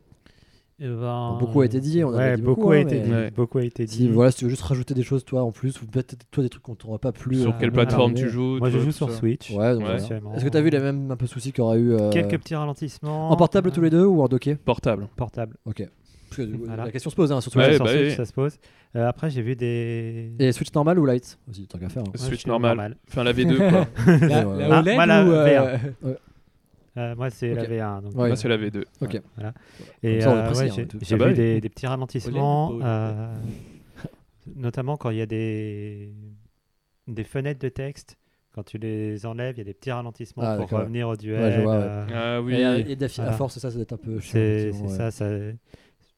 D: Bon, beaucoup a été dit, on en a
G: Ouais,
D: dit
G: beaucoup,
D: beaucoup,
G: a
D: hein,
G: été
D: mais-
G: dit.
E: Ouais.
G: Beaucoup a été dit.
D: Si, voilà, si tu veux juste rajouter des choses, toi en plus, ou peut-être toi des trucs qu'on t'aura pas plus.
E: Sur
G: euh,
E: quelle
G: non,
E: plateforme
G: non,
E: tu joues
G: Moi,
E: tu
G: je
E: vois,
G: joue
E: tout
G: sur
E: ça.
G: Switch.
D: Ouais, donc
E: Ouais.
D: voilà.
G: actuellement.
D: Est-ce que t'as vu les mêmes un peu soucis qu'aura eu. euh,
G: Quelques petits ralentissements.
D: En portable tous les deux ou en docké
E: Portable.
G: Portable.
D: Ok. Parce que, du coup,
G: Voilà.
D: La question se pose, hein, surtout.
E: Ouais,
D: la-
G: sur
E: bah
G: Switch,
E: oui.
G: ça se pose. Euh, après, j'ai vu des.
D: Et Switch normal ou light Aussi, tant qu'à faire. hein.
E: Switch
G: suis
E: normal.
G: normal.
E: Enfin, la V2, quoi.
D: Et,
F: La,
D: euh,
G: Ah,
F: OLED
G: voilà,
F: ou, euh,
G: vert. Euh, moi, c'est
D: Ok.
G: la V1. donc,
D: Ouais.
E: Moi, c'est la
G: Et
E: V2.
D: ça, on est
G: euh,
D: pressé,
G: ouais,
D: hein,
G: j'ai
D: tout-
G: j'ai
E: Ah bah
G: vu
E: oui.
G: des, des petits ralentissements,
F: Olé, olé.
G: euh, notamment quand il y a des, des fenêtres de texte. Quand tu les enlèves, il y a des petits ralentissements
D: Ah,
G: pour
D: d'accord.
G: revenir au duel.
D: Ouais, je vois, ouais.
G: euh,
E: Ah oui.
D: Et, euh, et d'affi- à
G: Voilà.
D: force, ça, ça doit être un peu chiant,
G: c'est
D: effectivement,
G: c'est
D: ouais.
G: ça, ça,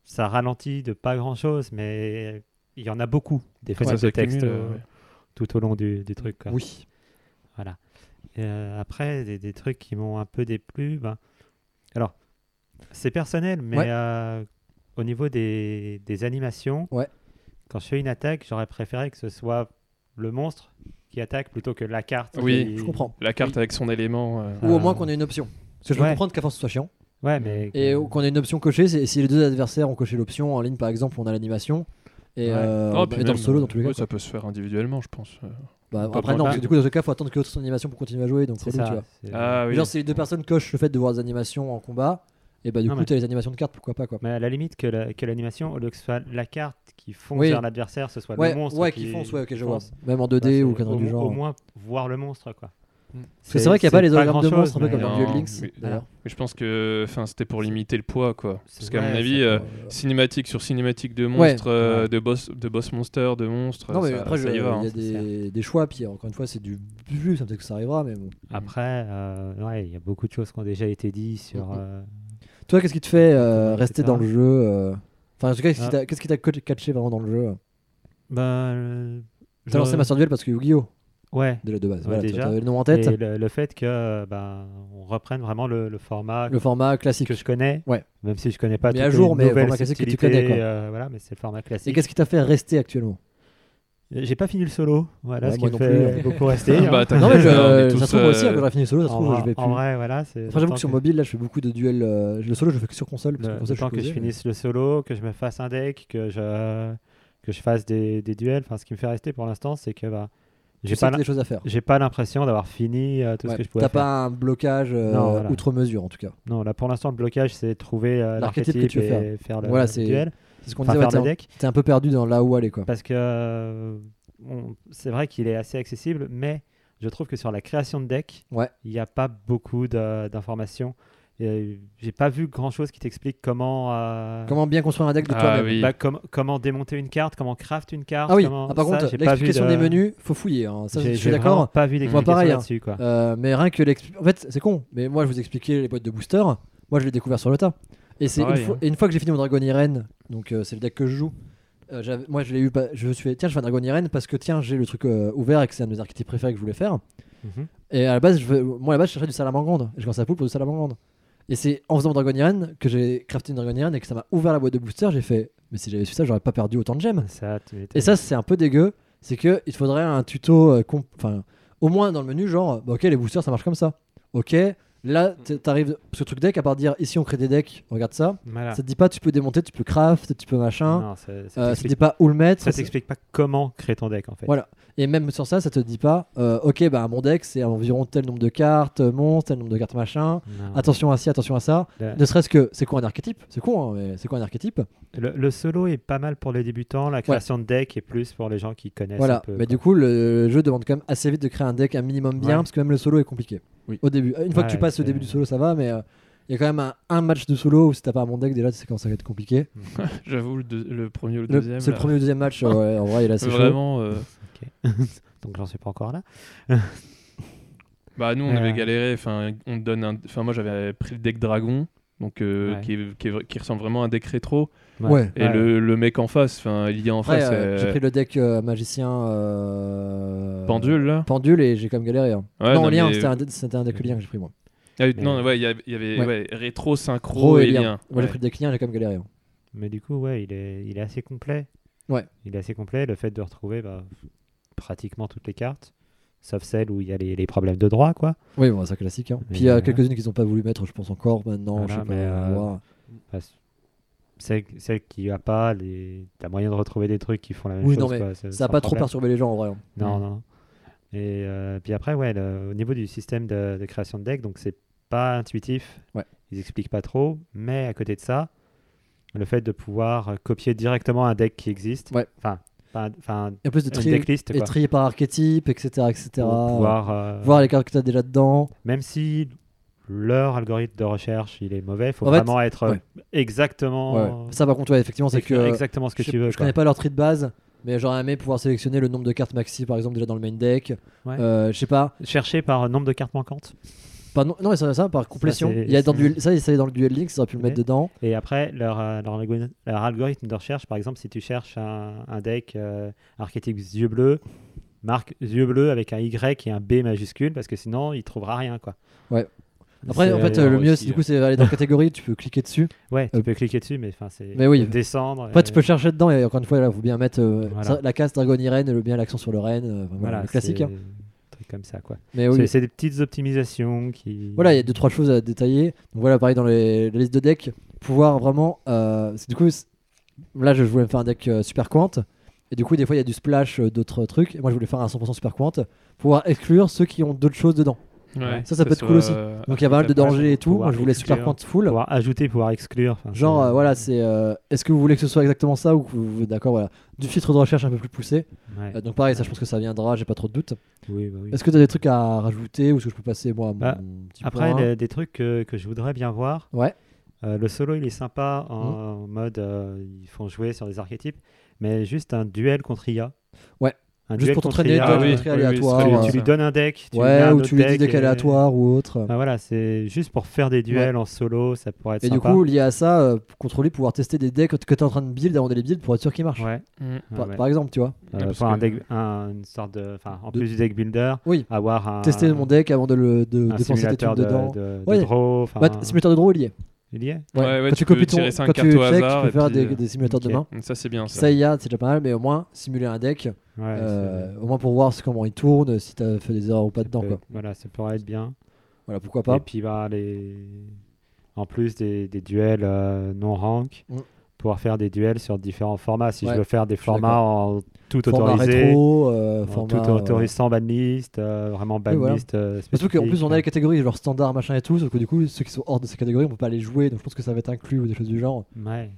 G: ça ralentit de pas grand-chose, mais il y en a beaucoup des
E: Ouais,
G: fenêtres
E: ça
G: de texte euh,
E: s'accumule,
G: au-
E: ouais.
G: tout au long du, du truc. quoi.
D: Oui.
G: Voilà. Et, euh, après, des, des trucs qui m'ont un peu déplu. ben, Alors, c'est personnel, mais
D: Ouais.
G: euh, au niveau des, des animations,
D: Ouais.
G: quand je fais une attaque, j'aurais préféré que ce soit le monstre qui attaque plutôt que la carte.
E: Oui.
G: qui-
D: Je comprends.
E: La carte
D: Oui.
E: avec son élément. euh,
D: Ou au moins
G: Euh,
D: qu'on ait une option. Parce que je peux
G: ouais.
D: comprendre qu'à force, ce soit chiant.
G: Ouais, mais.
D: Et
G: que-
D: euh, qu'on ait une option cochée, c'est si les deux adversaires ont coché l'option en ligne par exemple, on a l'animation. Et,
G: Ouais.
D: euh,
E: Oh,
D: bah,
E: puis
D: et dans le
E: même,
D: solo,
E: euh,
D: dans tous les cas.
E: ouais,
D: quoi.
E: ça peut se faire individuellement, je pense. euh.
D: Bah,
E: pas
D: après, non,
E: prendre-
D: parce que du coup, dans ce cas, faut attendre que l'autre soit animation pour continuer à jouer. Donc,
G: C'est
D: relou, tu
G: ça.
D: vois.
G: c'est-
E: Ah oui.
D: Genre, si les deux personnes cochent le fait de voir des animations en combat, et bah, du
G: Non,
D: coup,
G: mais-
D: t'as les animations de cartes, pourquoi pas quoi.
G: Mais à la limite, que la- que l'animation, au lieu que ce soit la carte qui fonce
D: Oui.
G: vers l'adversaire, ce soit
D: ouais,
G: Bah, le monstre.
D: ouais, qui fonce, ouais, ok, je vois.
G: fonce.
D: Même en
G: Bah,
D: 2D
G: c'est-
D: ou cadre
G: au,
D: du
G: mo-
D: genre.
G: Au moins, voir le monstre, quoi.
D: Parce que c'est vrai qu'il n'y a pas les hologrammes de
G: grand-chose,
D: monstres, un peu
G: mais-
D: comme dans
E: Mm. Non,
D: Duel Links,
E: mais-
D: d'ailleurs.
E: Mais je pense que enfin, c'était pour limiter le poids, quoi. Parce
G: C'est
E: qu'à
G: vrai,
E: mon
G: ça
E: avis,
G: peut-
E: euh, cinématique sur cinématique de
D: Ouais.
E: monstres, euh, de boss, de boss monster, de monstres,
D: Non, mais
E: ça,
D: après, je-
E: ça y
D: il y
E: va. hein.
D: a des, des choix, puis encore une fois, c'est du vu, ça peut-être que ça arrivera, mais bon.
G: Après, euh, ouais, il y a beaucoup de choses qui ont déjà été dites sur.
D: Mhm.
G: euh,
D: Toi, qu'est-ce qui te fait euh,
G: Etc.
D: rester dans le jeu euh, Enfin, en tout cas, qu'est-ce qui
G: Ah.
D: t'a- qu'est-ce qui t'a co- catché vraiment dans le jeu
G: Ben, euh,
D: T'as lancé
G: je-
D: Master Duel parce que Yu-Gi-Oh!
G: Ouais.
D: Déjà de base,
G: Ouais,
D: voilà,
G: déjà.
D: t'avais le nom en tête,
G: Et le, le fait que euh, ben, on reprenne vraiment le, le format
D: le format classique.
G: que je connais,
D: Ouais.
G: même si je connais pas
D: Mais
G: toutes
D: à
G: les
D: jour, mais le
G: nouvelles
D: format classique que tu
G: subtilités,
D: connais, quoi.
G: euh, voilà, mais c'est le format
D: Et
G: classique.
D: qu'est-ce qui t'a fait rester actuellement
G: J'ai pas fini le solo, voilà,
D: Ouais,
G: ce qui
D: moi
G: me
D: non
G: fait
D: plus.
G: beaucoup rester.
E: Bah,
G: hein.
E: t'as-
D: Non, mais je,
E: on est
D: ça se
E: tous,
D: trouve moi aussi, hein,
E: euh,
D: quand j'aurai fini le solo, ça se
G: en,
D: trouve,
G: vrai-
D: je vais plus.
G: en vrai, voilà. c'est-
D: Enfin, j'avoue que
G: le
D: sur
G: temps
D: mobile, là, je fais beaucoup de duels. euh, le solo, je fais que sur console, parce que
G: le,
D: console,
G: le temps que
D: posé,
G: je finisse le solo, que je me fasse un deck, que je que je fasse des, des duels. Enfin, ce qui me fait rester pour l'instant, c'est que bah,
D: mais
G: j'ai
D: tu sais
G: pas
D: que t'as
G: l'im-
D: des choses à faire.
G: j'ai pas l'impression d'avoir fini euh, tout
D: Ouais.
G: ce que je pouvais
D: T'as
G: faire.
D: pas un blocage euh,
G: Non, voilà.
D: outre mesure, en tout cas.
G: Non, là pour l'instant le blocage c'est trouver euh,
D: L'archétype que
G: l'archétype
D: tu veux
G: et faire, le,
D: Voilà,
G: le
D: c'est-
G: duel,
D: C'est ce qu'on
G: enfin,
D: disait, ouais,
G: faire
D: t'es
G: le
D: un-
G: deck,
D: t'es un peu perdu dans là où aller, quoi.
G: parce que euh, on- c'est vrai qu'il est assez accessible, mais je trouve que sur la création de deck,
D: Ouais.
G: il n'y a pas beaucoup de- d'informations. Et euh, J'ai pas vu grand chose qui t'explique comment, euh,
D: Comment bien construire un deck de
E: Ah
D: toi-même
E: oui.
G: bah, com- comment démonter une carte, comment craft une carte.
D: Ah oui,
G: comment-
D: ah, par
G: ça,
D: contre,
G: j'ai pas vu
D: l'explication
G: de-
D: des menus, faut fouiller. hein. Ça, je
G: j'ai-
D: suis
G: j'ai
D: d'accord.
G: vraiment Pas vu d'explication
D: pareil, hein.
G: là-dessus quoi.
D: Euh, mais rien que l'expli- En fait, c'est con. Mais moi, je vous expliquais les boîtes de booster. Moi, je l'ai découvert sur le tas. Et c'est une,
E: Pareil,
D: fois-
E: hein.
D: et une fois que j'ai fini mon Dragon Irene, donc euh, c'est le deck que je joue. euh, j'avais- moi, je l'ai eu. pas- Je me suis fait, tiens, je fais un Dragon Irene parce que tiens, j'ai le truc euh, ouvert et que c'est un de mes archétypes préférés que je voulais faire.
G: Mhm.
D: Et à la base, je, veux- moi, à la base, je cherchais du salamangande. J'ai commencé à poule pour du salamangande. Et c'est en faisant mon Dragon Irene que j'ai crafté une Dragon Irene et que ça m'a ouvert la boîte de booster. J'ai fait, mais si j'avais su ça, j'aurais pas perdu autant de gemmes.
G: Ça, tu m'étonnes.
D: Et ça, c'est un peu dégueu. C'est que il te faudrait un tuto, euh, comp- enfin, au moins dans le menu, genre, bah, ok, les boosters, ça marche comme ça. Ok, là,
G: Mm.
D: t- t'arrives ce truc deck, à part dire ici on crée des decks, regarde ça.
G: Voilà.
D: Ça te dit pas, tu peux démonter, tu peux craft, tu peux machin.
G: Ah. Non, ça- ça
D: Euh, ça te
G: t'explique-
D: dit pas où le mettre.
G: ça t'explique pas comment créer ton deck en fait.
D: Voilà. Et même sans ça, ça te dit pas, euh, ok, bah, mon deck, c'est environ tel nombre de cartes, euh, monstres, tel nombre de cartes machin.
G: Non.
D: Attention à ci, attention à ça.
G: La-
D: Ne serait-ce que, c'est quoi un archétype C'est con, hein, mais c'est quoi un archétype
G: Le, le solo est pas mal pour les débutants, la création de deck est plus pour les gens qui connaissent un
D: Voilà,
G: peu.
D: mais du coup, le jeu demande quand même assez vite de créer un deck un minimum bien,
G: Ouais.
D: parce que même le solo est compliqué.
F: Oui.
D: Au début, une fois que tu
G: Ouais,
D: passes le
G: c'est-
D: début du solo, ça va, mais euh, il y a quand même un, un match de solo où si t'as pas un bon deck, déjà, tu sais quand ça va être compliqué.
E: J'avoue, le, deux- le premier ou le
D: Le-
E: deuxième.
D: C'est le
E: là,
D: premier ou deuxième match, euh, ouais, en vrai, il est assez chaud.
E: Vraiment. euh,
G: Donc j'en suis pas encore là.
E: Bah nous on
G: Ouais.
E: avait galéré, enfin on te donne un... enfin moi j'avais pris le deck dragon donc euh,
G: Ouais.
E: qui, est- qui, est- qui ressemble vraiment à un deck rétro
D: Ouais.
E: et le, le mec en face, enfin il y a en
D: Après,
E: face
D: euh,
E: euh,
D: j'ai pris le deck euh, magicien. euh,
E: pendule là.
D: Pendule et j'ai quand même galéré. hein.
E: Ouais,
D: non, lien,
E: mais-
D: c'était un, c'était un deck lien que j'ai pris moi.
E: Ah oui, non ouais il y avait, il y avait,
D: Ouais.
E: ouais, rétro synchro
D: Pro
E: et lien.
D: Moi j'ai
E: Ouais.
D: pris le deck lien, j'ai quand même galéré. hein.
G: Mais du coup, ouais, il est, il est assez complet.
D: Ouais.
G: Il est assez complet. Le fait de retrouver bah, pratiquement toutes les cartes, sauf celles où il y a les, les problèmes de droit, quoi.
D: Oui, bon, c'est classique. hein.
G: Mais,
D: Puis il y a
G: euh,
D: quelques-unes qu'ils ont pas voulu mettre, je pense encore maintenant.
G: Voilà,
D: je sais pas,
G: mais, euh,
D: on va voir.
G: Enfin, c- celles, celles qui a pas, les... t'as moyen de retrouver des trucs qui font la même
D: Oui,
G: chose.
D: non, mais
G: quoi, c'est-
D: Ça a
G: sans
D: pas trop
G: problème.
D: perturbé les gens en vrai. hein.
G: Non, non. Et euh, puis après, ouais, le- au niveau du système de, de création de deck, donc c'est pas intuitif.
D: Ouais.
G: Ils expliquent pas trop, mais à côté de ça, le fait de pouvoir euh, copier directement un deck qui existe,
D: Ouais.
G: enfin, pas un- enfin,
D: Et en plus de
G: une
D: trier,
G: decklist,
D: et
G: quoi,
D: trier par archétype, etc. etc.
G: pour pouvoir, euh,
D: Voir les cartes que t'as déjà dedans.
G: même si leur algorithme de recherche, il est mauvais. Il faut
D: En fait,
G: vraiment être euh,
D: ouais.
G: exactement.
D: Ouais. Ça, par contre, ouais, effectivement, c'est que. euh,
G: exactement Oh. ce que
D: je,
G: tu veux.
D: je
G: quoi.
D: connais pas leur tri de base, mais j'aurais aimé pouvoir sélectionner le nombre de cartes maxi, par exemple, déjà dans le main deck.
G: Ouais.
D: Euh, je sais pas.
G: Chercher par euh, nombre de cartes manquantes.
D: Pas non, non, mais ça, ça, par complétion.
G: c'est-
D: il y a dans
G: c'est-
D: le duel- ça, il- ça est dans le duel link, ça aurait pu le
G: Ouais.
D: mettre dedans.
G: Et après, leur, euh, leur, algo- leur algorithme de recherche, par exemple, si tu cherches un, un deck euh, archétype yeux bleus, marque yeux bleus avec un Y et un B majuscule, parce que sinon, il trouvera rien. quoi.
D: Ouais. Après, en fait,
F: euh,
D: euh, le mieux,
F: aussi,
D: c'est du coup, c'est aller dans catégorie, tu peux cliquer dessus.
G: Ouais, tu
D: euh,
G: peux cliquer dessus, mais enfin, c'est
D: mais oui.
G: faut descendre.
D: Après, tu
G: euh,
D: peux chercher dedans, et encore une fois, là, faut bien mettre euh,
G: Voilà.
D: ça- la casse Dragon Irene, et le bien l'accent sur le Rennes, euh, enfin, voilà,
G: voilà,
D: le classique.
G: c'est
D: hein.
G: un truc comme ça, quoi.
D: Mais
G: C'est-
D: oui,
G: C'est des petites optimisations qui.
D: Voilà, il y a deux trois choses à détailler. Donc voilà, pareil dans les, la liste de decks, pouvoir vraiment. euh, parce que du coup, c'est- là je voulais me faire un deck euh, super quant. Et du coup, des fois, il y a du splash euh, d'autres trucs. Et moi, je voulais faire un 100% super quant. Pouvoir exclure ceux qui ont d'autres choses dedans.
E: Ouais,
D: Ça, ça peut être cool aussi. Donc, il y a pas mal de
E: euh, Après,
D: dangers et tout.
G: Bah, pouvoir
D: Moi, je voulais
G: exclure,
D: super quant full.
G: Pouvoir ajouter, pouvoir exclure. enfin,
D: Genre,
G: c'est-
D: euh, voilà, c'est. euh, Est-ce que vous voulez que ce soit exactement ça ou que vous- d'accord, voilà, du filtre de recherche un peu plus poussé.
G: Ouais.
D: Euh, donc, pareil, ça, je pense que ça viendra. J'ai pas trop de doutes.
G: Oui, bah oui.
D: Est-ce que tu as des trucs à rajouter ou est-ce que je peux passer moi à mon
G: Bah,
D: petit
G: Après,
D: point
G: les- des trucs que, que je voudrais bien voir.
D: Ouais. Mmh.
G: Euh, le solo, il est sympa en, en mode euh, ils font jouer sur des archétypes, mais juste un duel contre IA.
D: Ouais.
G: Un
D: Juste
G: duel
D: pour t'entraîner,
G: IA,
E: Ah oui,
D: de
G: euh,
D: très
E: oui, oui,
D: aléatoire.
E: c'est
G: tu-
E: très bien,
D: euh,
G: tu lui donnes un deck, tu lui mets
D: ouais,
G: un
D: ou
G: autre
D: tu lui dis
G: deck
D: des
G: et- Ah,
D: aléatoires ou autre.
G: Enfin, voilà, c'est juste pour faire des duels en solo, ça pourrait être
D: Et du
G: sympa.
D: coup, lié à ça, euh, contrôler, pouvoir tester des decks que tu es en train de build avant de les build pour être sûr qu'ils marchent.
G: ouais.
E: Mm.
G: ouais,
D: Par,
G: ouais.
D: par exemple, tu vois.
G: Euh,
E: parce
G: pour un
E: que-
G: deck, un- une sorte de, enfin, en
D: De-
G: plus du deck builder,
D: Oui.
G: avoir un,
D: Tester mon deck avant de le de
G: Ah.
D: dépenser
G: un
D: tes
G: simulateur
D: trucs
G: de,
D: dedans.
G: de- de
D: Ouais.
G: draw, enfin,
D: Bah, simulateur de draw, il y est.
G: il y est.
E: Ouais,
D: quand
E: ouais, tu
D: tu copies
E: peux
D: ton,
E: tirer cinq
D: quand
E: cartes
D: tu
E: au
D: check,
E: hasard
D: tu
E: et
D: peux faire
E: puis,
D: des,
E: euh,
D: des simulateurs
G: ok.
D: de main.
E: Mm, Ça, c'est bien. Ça.
D: Ça, il y a, c'est déjà pas mal, mais au moins, simuler un deck,
G: Ouais,
D: euh,
G: c'est-
D: au moins pour voir ce- comment il tourne, si t'as fait des erreurs ou pas
G: ça
D: dedans.
G: peut-
D: Quoi.
G: Voilà, ça pourrait être bien.
D: Voilà, pourquoi pas.
G: Et puis bah, les... en plus des, des duels euh, non rank,
D: Mm.
G: pouvoir faire des duels sur différents formats. Si
D: Ouais,
G: je veux faire des
D: suis d'accord.
G: formats en tout
D: format
G: autorisé,
D: rétro, euh,
G: en
D: format.
G: tout
D: euh,
G: autorisé sans banlist, euh, vraiment
D: Oui, voilà.
G: banlist. euh,
D: Surtout qu'en
G: spécifique,
D: plus on a
G: hein.
D: les catégories, genre standard, machin et tout, sauf que du coup ceux qui sont hors de ces catégories on peut pas les jouer, donc je pense que ça va être inclus ou des choses du genre.
G: Ouais.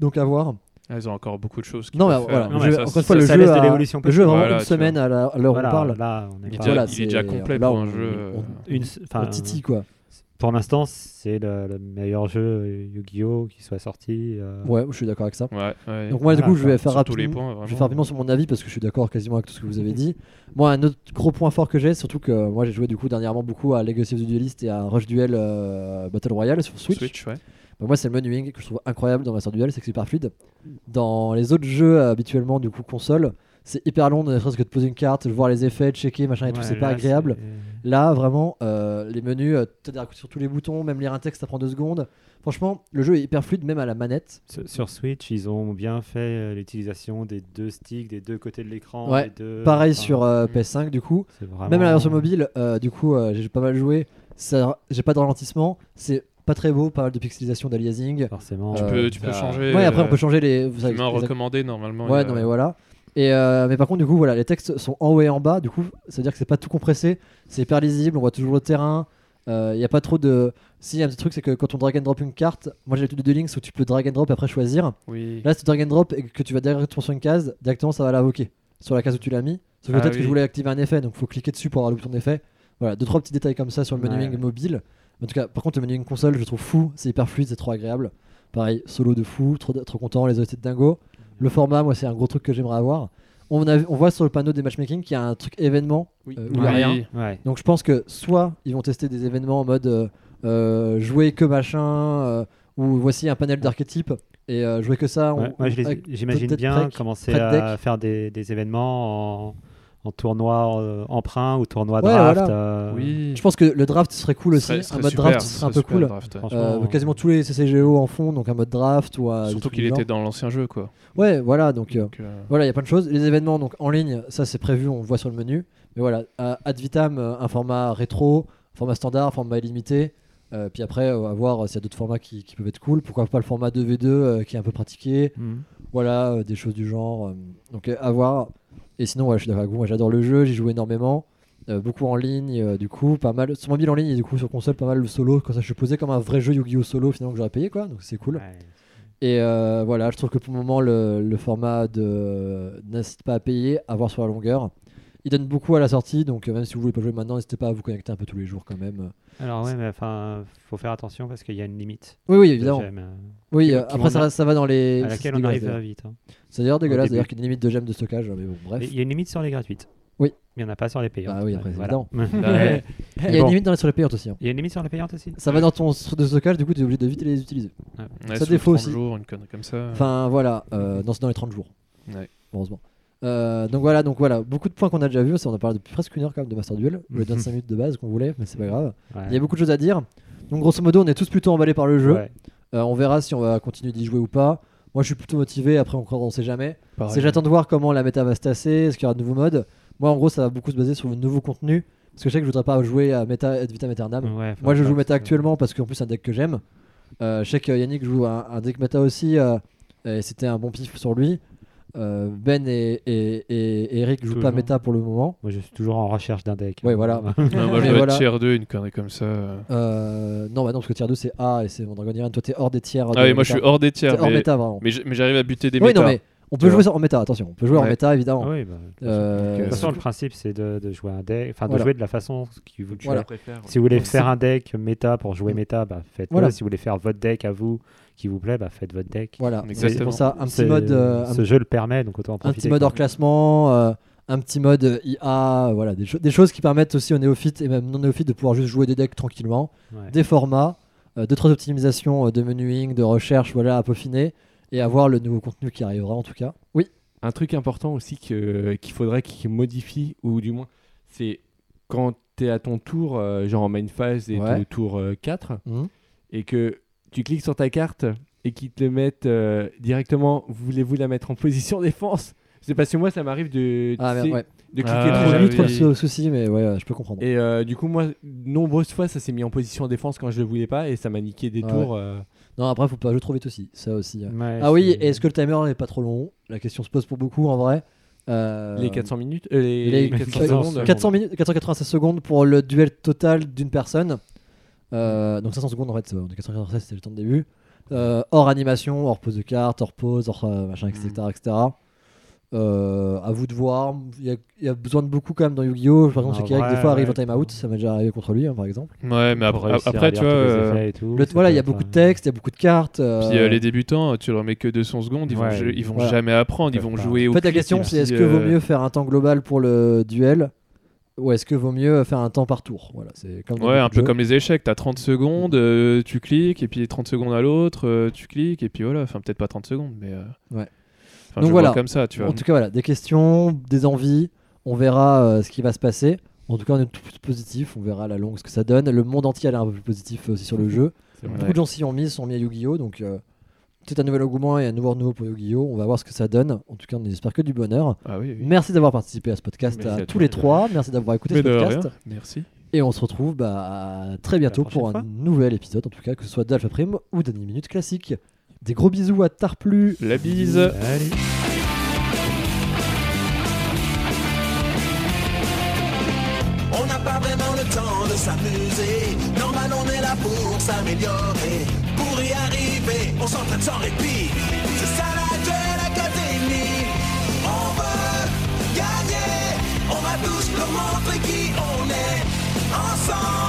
D: Donc à voir.
E: Ah, ils ont encore beaucoup de choses. qu'ils
D: Non mais
E: peuvent
D: voilà,
E: faire.
G: Non,
D: je-
G: mais
E: ça,
D: encore une
E: ça,
D: fois le
E: ça,
G: ça
D: jeu,
G: laisse de
D: a,
G: l'évolution
D: le jeu a vraiment
E: Voilà,
D: une
E: tu
D: semaine à la- à l'heure où
G: Voilà,
D: on parle.
G: Là, on est
E: Il est
G: pas-
E: déjà,
D: Voilà,
E: il est déjà
D: c'est-
E: complet
D: là,
E: pour
D: on-
E: un jeu.
D: on-
E: euh,
G: une,
D: Enfin,
G: enfin,
D: Titi quoi.
G: pour l'instant, c'est le, le meilleur jeu euh, Yu-Gi-Oh qui soit sorti. euh,
D: Ouais, je suis d'accord avec ça.
E: Ouais, ouais.
D: Donc moi du
G: Voilà,
D: coup je vais
G: enfin,
D: faire
E: sur tous les
D: rapidement.
E: points,
D: Je vais
E: vraiment.
D: faire rapidement sur mon avis parce que je suis d'accord quasiment avec tout ce que vous avez dit. Moi, un autre gros point fort que j'ai, surtout que euh, moi j'ai joué du coup dernièrement beaucoup à Legacy of the Duelist et à Rush Duel euh, Battle Royale sur Switch.
E: Switch, ouais.
D: Bah, moi, c'est le menuing que je trouve incroyable dans Master Duel, c'est que c'est hyper fluide. Dans les autres jeux, euh, habituellement, du coup, console, c'est hyper long, ne serait-ce que de poser une carte, de voir les effets, de checker, machin et tout,
G: ouais,
D: c'est pas
G: là,
D: agréable.
G: c'est- euh,
D: Là, vraiment, euh, les menus, euh, t'as des raccourcis sur tous les boutons, même lire un texte, ça prend deux secondes. Franchement, le jeu est hyper fluide, même à la manette.
G: Sur- Sur Switch, ils ont bien fait euh, l'utilisation des deux sticks, des deux côtés de l'écran.
D: Ouais,
G: des deux-
D: Pareil
G: enfin,
D: sur euh, PS5, du coup.
G: c'est vraiment-
D: Même la version mobile, euh, du coup, euh, j'ai pas mal joué, ça- j'ai pas de ralentissement, c'est pas très beau, pas mal de pixelisation, d'aliasing.
G: Forcément.
D: Tu
E: Tu
D: Euh,
E: peux, tu peux
D: ça-
E: changer.
D: Ouais, après, on
E: euh,
D: peut changer les.
E: tu
D: vous
E: mets
D: savez,
E: un
D: les-
E: recommandé normalement.
D: Ouais,
E: il y a-
D: non, mais voilà. Et euh, mais par contre, du coup, voilà, les textes sont en haut et en bas. Du coup, ça veut dire que c'est pas tout compressé. C'est hyper lisible. On voit toujours le terrain. euh, Il n'y a pas trop de. Si, il y a un petit truc, c'est que quand on drag and drop une carte, moi j'ai l'habitude de deux links où tu peux drag and drop et après choisir.
E: Oui.
D: Là, si tu drag and drop et que tu vas directement sur une case, directement ça va l'invoquer sur la case où tu l'as mis. Sauf que
E: Ah
D: peut-être que
E: oui.
D: je voulais activer un effet, donc faut cliquer dessus pour avoir le bouton d'effet. Voilà, deux trois petits détails comme ça sur le
G: Ouais,
D: menuing
G: ouais.
D: mobile. En tout cas, par contre, le menuing console, je le trouve fou, c'est hyper fluide, c'est trop agréable. Pareil, solo de fou, trop, trop content, les OST de dingo. Le format, moi, c'est un gros truc que j'aimerais avoir. On, a, on voit sur le panneau des matchmaking qu'il y a un truc événement
F: Oui.
D: euh, où il y a
E: Oui.
D: rien.
G: Ouais.
D: Donc je pense que soit ils vont tester des événements en mode euh, euh, jouer que machin, euh, ou voici un panel d'archétypes et euh, jouer que ça. on-
G: Ouais, moi, je les-
D: avec
G: j'imagine
D: peut-être
G: bien
D: Prec,
G: commencer
D: Prec
G: à
D: deck.
G: faire des, des événements en, en tournoi euh, emprunt ou tournoi
D: Ouais,
G: draft.
D: voilà.
G: euh,
E: Oui.
D: Je pense que le draft serait cool
E: Ce
D: aussi.
E: serait- ce serait
D: un mode
E: super,
D: draft ce
E: ce
D: serait un peu
E: serait super
D: cool.
E: draft, ouais.
D: Euh,
G: franchement,
D: quasiment tous les CCGO en font, donc un mode draft ou un. des
E: Surtout
D: trucs
E: qu'il
D: du
E: était
D: genre.
E: dans l'ancien jeu, quoi.
D: Ouais, voilà, donc. euh,
E: Donc, euh,
D: Voilà, il y a plein de choses. Les événements donc en ligne, ça c'est prévu, on le voit sur le menu. Mais voilà, à- ad vitam, euh, un format rétro, un format standard, un format illimité. Euh, puis après, euh, à voir euh, s'il y a d'autres formats qui, qui peuvent être cool. Pourquoi pas le format 2v2 euh, qui est un peu pratiqué.
G: Mhm.
D: Voilà, euh, des choses du genre. euh, donc euh, à voir. Et sinon, ouais, je suis d'accord avec vous, moi j'adore le jeu, j'y joue énormément. Euh, beaucoup en ligne, euh, du coup, pas mal. Sur mobile en ligne et du coup sur console, pas mal le solo. Quand ça, je suis posé comme un vrai jeu Yu-Gi-Oh! solo finalement que j'aurais payé quoi, donc c'est cool.
G: Ouais.
D: Et euh, voilà, je trouve que pour le moment, le, le format de n'incite pas à payer, à voir sur la longueur. Il donne beaucoup à la sortie, donc euh, même si vous voulez pas jouer maintenant, n'hésitez pas à vous connecter un peu tous les jours quand même.
G: Alors ouais, mais enfin, faut faire attention parce qu'il y a une limite.
D: Oui, oui,
G: de
D: évidemment.
G: j'aime, euh,
D: Oui,
G: qui-
D: euh,
G: qui
D: après
G: on
D: ça
G: a-
D: va, ça va dans les.
G: à laquelle on
D: dégueulasse,
G: arrive
D: d'ailleurs.
G: euh, vite. hein.
D: C'est d'ailleurs dégueulasse
G: début.
D: d'ailleurs qu'il y a une limite de gemmes de stockage, mais bon, bref.
G: Mais Il y a une limite sur les gratuites.
D: Oui.
G: Mais il n'y en a pas sur les payantes.
D: Ah oui, après, c'est
G: Voilà.
D: évident.
G: Ouais.
D: Il y a
G: Bon.
D: une limite dans les sur les payantes aussi. hein.
G: Il y a une limite sur les payantes aussi
D: Ça va dans ton truc de stockage, du coup, tu es obligé de vite les utiliser.
E: Ouais,
D: Ça
E: sous les
D: défaut
E: 30
D: aussi.
E: jours, une connerie comme ça.
D: Enfin, voilà, euh, non, c'est dans les 30 jours.
E: Ouais.
D: Heureusement. Euh, donc voilà, donc voilà, beaucoup de points qu'on a déjà vus. Ça, On a parlé depuis presque une heure quand même de Master Duel. On lui donne 5 minutes de base qu'on voulait, mais c'est pas grave.
G: Ouais.
D: Il y a beaucoup de choses à dire. Donc grosso modo, on est tous plutôt emballés par le jeu.
G: Ouais.
D: Euh, on verra si on va continuer d'y jouer ou pas. Moi, je suis plutôt motivé. Après, encore, on sait jamais.
F: Pareil.
D: C'est j'attends de voir comment la méta va se tasser, est-ce qu'il y aura de nouveaux modes. Moi, en gros, ça va beaucoup se baser sur le nouveau contenu. Parce que je sais que je voudrais pas jouer à méta et vitam aeternam.
G: Ouais, faut
D: Ah Moi, je
G: pas
D: joue
G: que
D: méta
G: ça-
D: actuellement parce qu'en plus, c'est un deck que j'aime. Euh, je sais que Yannick joue un, un deck méta aussi. euh, et c'était un bon pif sur lui. Euh, ben et, et- et- et Eric jouent pas
G: Toujours.
D: méta pour le moment.
G: Moi, je suis toujours en recherche d'un deck.
D: Ouais, voilà.
E: Non, moi, je
D: Mais
E: dois
D: voilà.
E: être tier 2, une connerie comme ça.
D: Euh, non, bah non, parce que tier 2, c'est A et c'est mon Dragon Iron. Toi, t'es hors des tiers. de
E: Ah oui,
D: méta.
E: moi, je suis hors des
D: T'es
E: tiers.
D: hors
E: mais-
D: méta, vraiment.
E: Mais je- mais j'arrive à buter des
D: Oui, non,
E: méta.
D: mais on peut
E: Tu
D: jouer ça en méta, attention. On peut jouer en
E: Ouais.
D: méta, évidemment.
G: Ah oui, bah, de toute façon.
D: Euh,
G: De toute
E: euh,
G: façon, le principe, c'est de, de jouer un deck, enfin de
D: Voilà.
G: jouer de la façon qui vous.
D: Voilà.
G: Si vous voulez
D: Donc,
G: faire un deck méta pour jouer
D: Mm.
G: méta, bah, faites-le.
D: Voilà.
G: Si vous voulez faire votre deck à vous qui vous plaît, bah, faites votre deck.
D: voilà, c'est
E: Exactement.
D: pour ça. Un petit
G: C'est-
D: mode, euh, un,
G: ce jeu le permet, donc autant en
D: un
G: profiter.
D: petit mode hors classement, euh, un petit mode euh, IA, euh, voilà, des, cho- des choses qui permettent aussi aux néophytes et même non néophytes de pouvoir juste jouer des decks tranquillement,
G: Ouais.
D: des formats, euh, deux trois optimisations euh, de menuing, de recherche, voilà, à peaufiner et avoir le nouveau contenu qui arrivera en tout cas. Oui,
F: Un truc important aussi que- qu'il faudrait qu'ils modifient, ou du moins, c'est quand tu es à ton tour, euh, genre en main phase et
D: Ouais.
F: au tour euh, 4,
D: Mhm.
F: et que tu cliques sur ta carte et qu'ils te le mettent euh, directement, voulez-vous la mettre en position défense C'est parce que moi, ça m'arrive de, tu
D: ah merde,
F: sais,
D: ouais.
F: de cliquer
E: Ah,
F: trop
D: J'ai
E: oui.
D: eu
F: vite.
D: trop de sou- soucis, mais ouais, euh, je peux comprendre.
F: Et euh, du coup, moi, nombreuses fois, ça s'est mis en position défense quand je le voulais pas, et ça m'a niqué des
D: Ah
F: tours. euh,
D: Non, après, faut pas jouer trop vite aussi, ça aussi. euh.
G: Ouais,
D: Ah oui,
G: c'est-
D: et est-ce que le timer n'est pas trop long La question se pose pour beaucoup en vrai. Euh,
F: Les 400 minutes, euh, les,
D: les
F: 400
D: 400
F: secondes.
D: 400 minutes, 496 secondes pour le duel total d'une personne. Euh, donc 500 secondes en fait, c'est- on est 496, c'était le temps de début. Euh, hors animation, hors pose de carte, hors pause, hors euh, machin, etc. etc. Euh, à vous de voir. Il y, a- il y a besoin de beaucoup quand même dans Yu-Gi-Oh! Par exemple,
G: Ah,
D: c'est Kirek, des
G: ouais,
D: fois arrive
G: ouais,
D: en time out, ça m'est déjà arrivé contre lui hein, par exemple.
E: Ouais, mais
G: pour
E: après,
G: réussir à
E: après,
G: lire
E: tu vois.
G: tous les
E: euh,
G: effets et tout,
D: Le-
G: ça
D: voilà,
G: peut
D: il y a
G: être
D: beaucoup
G: un-
D: de textes, il y a beaucoup de cartes. euh,
E: Puis euh, les débutants, tu leur mets que 200 secondes, ils vont,
G: Ouais.
E: ju- ils vont
D: Voilà.
E: jamais apprendre,
G: Ils
E: ils vont
G: peuvent pas.
E: jouer
D: En
E: au
D: fait, la
E: clic,
D: question,
E: même
D: c'est est-ce
E: si,
D: que vaut
E: euh,
D: mieux faire un temps global pour le duel ou est-ce que vaut mieux faire un temps par tour Voilà, c'est comme dans
E: Ouais, un
D: beaucoup de
E: peu
D: jeux.
E: comme les échecs, t'as 30 secondes, euh, tu cliques, et puis 30 secondes à l'autre, euh, tu cliques, et puis voilà, enfin peut-être pas 30 secondes, mais... euh,
D: Ouais.
E: Enfin,
D: Donc
E: je
D: voilà.
E: vois comme ça, tu vois.
D: En tout cas, voilà, des questions, des envies, on verra euh, ce qui va se passer. En tout cas, on est tout plus positif, on verra à la longue ce que ça donne. Le monde entier a l'air un peu plus positif euh, aussi
E: Mhm.
D: sur le jeu.
F: C'est vrai.
D: Beaucoup de gens s'y ont mis, sont mis à Yu-Gi-Oh! Donc, euh, c'est un nouvel engouement et un nouveau renouveau pour Yu-Gi-Oh! On va voir ce que ça donne. En tout cas, on espère que du bonheur.
E: Ah oui, oui.
D: Merci d'avoir participé à ce podcast
F: Merci
D: à,
F: à
D: tous
F: toi,
D: les
F: Pierre.
D: trois. Merci d'avoir écouté
E: Mais
D: ce
E: de rien,
D: podcast.
E: merci.
D: Et on se retrouve bah, à très bientôt pour un
G: prochaine
D: nouvel épisode, en tout cas, que ce soit d'Alpha Prime ou d'Anime Minute Classique. Des gros bisous à Tarplu.
E: La bise
G: Allez.
B: On n'a pas vraiment le temps de s'amuser. Normal, on est là pour s'améliorer. Pour y arriver, on s'entraîne sans répit. C'est ça la Duel Académie. On veut gagner. On va tous leur montrer qui on est. Ensemble.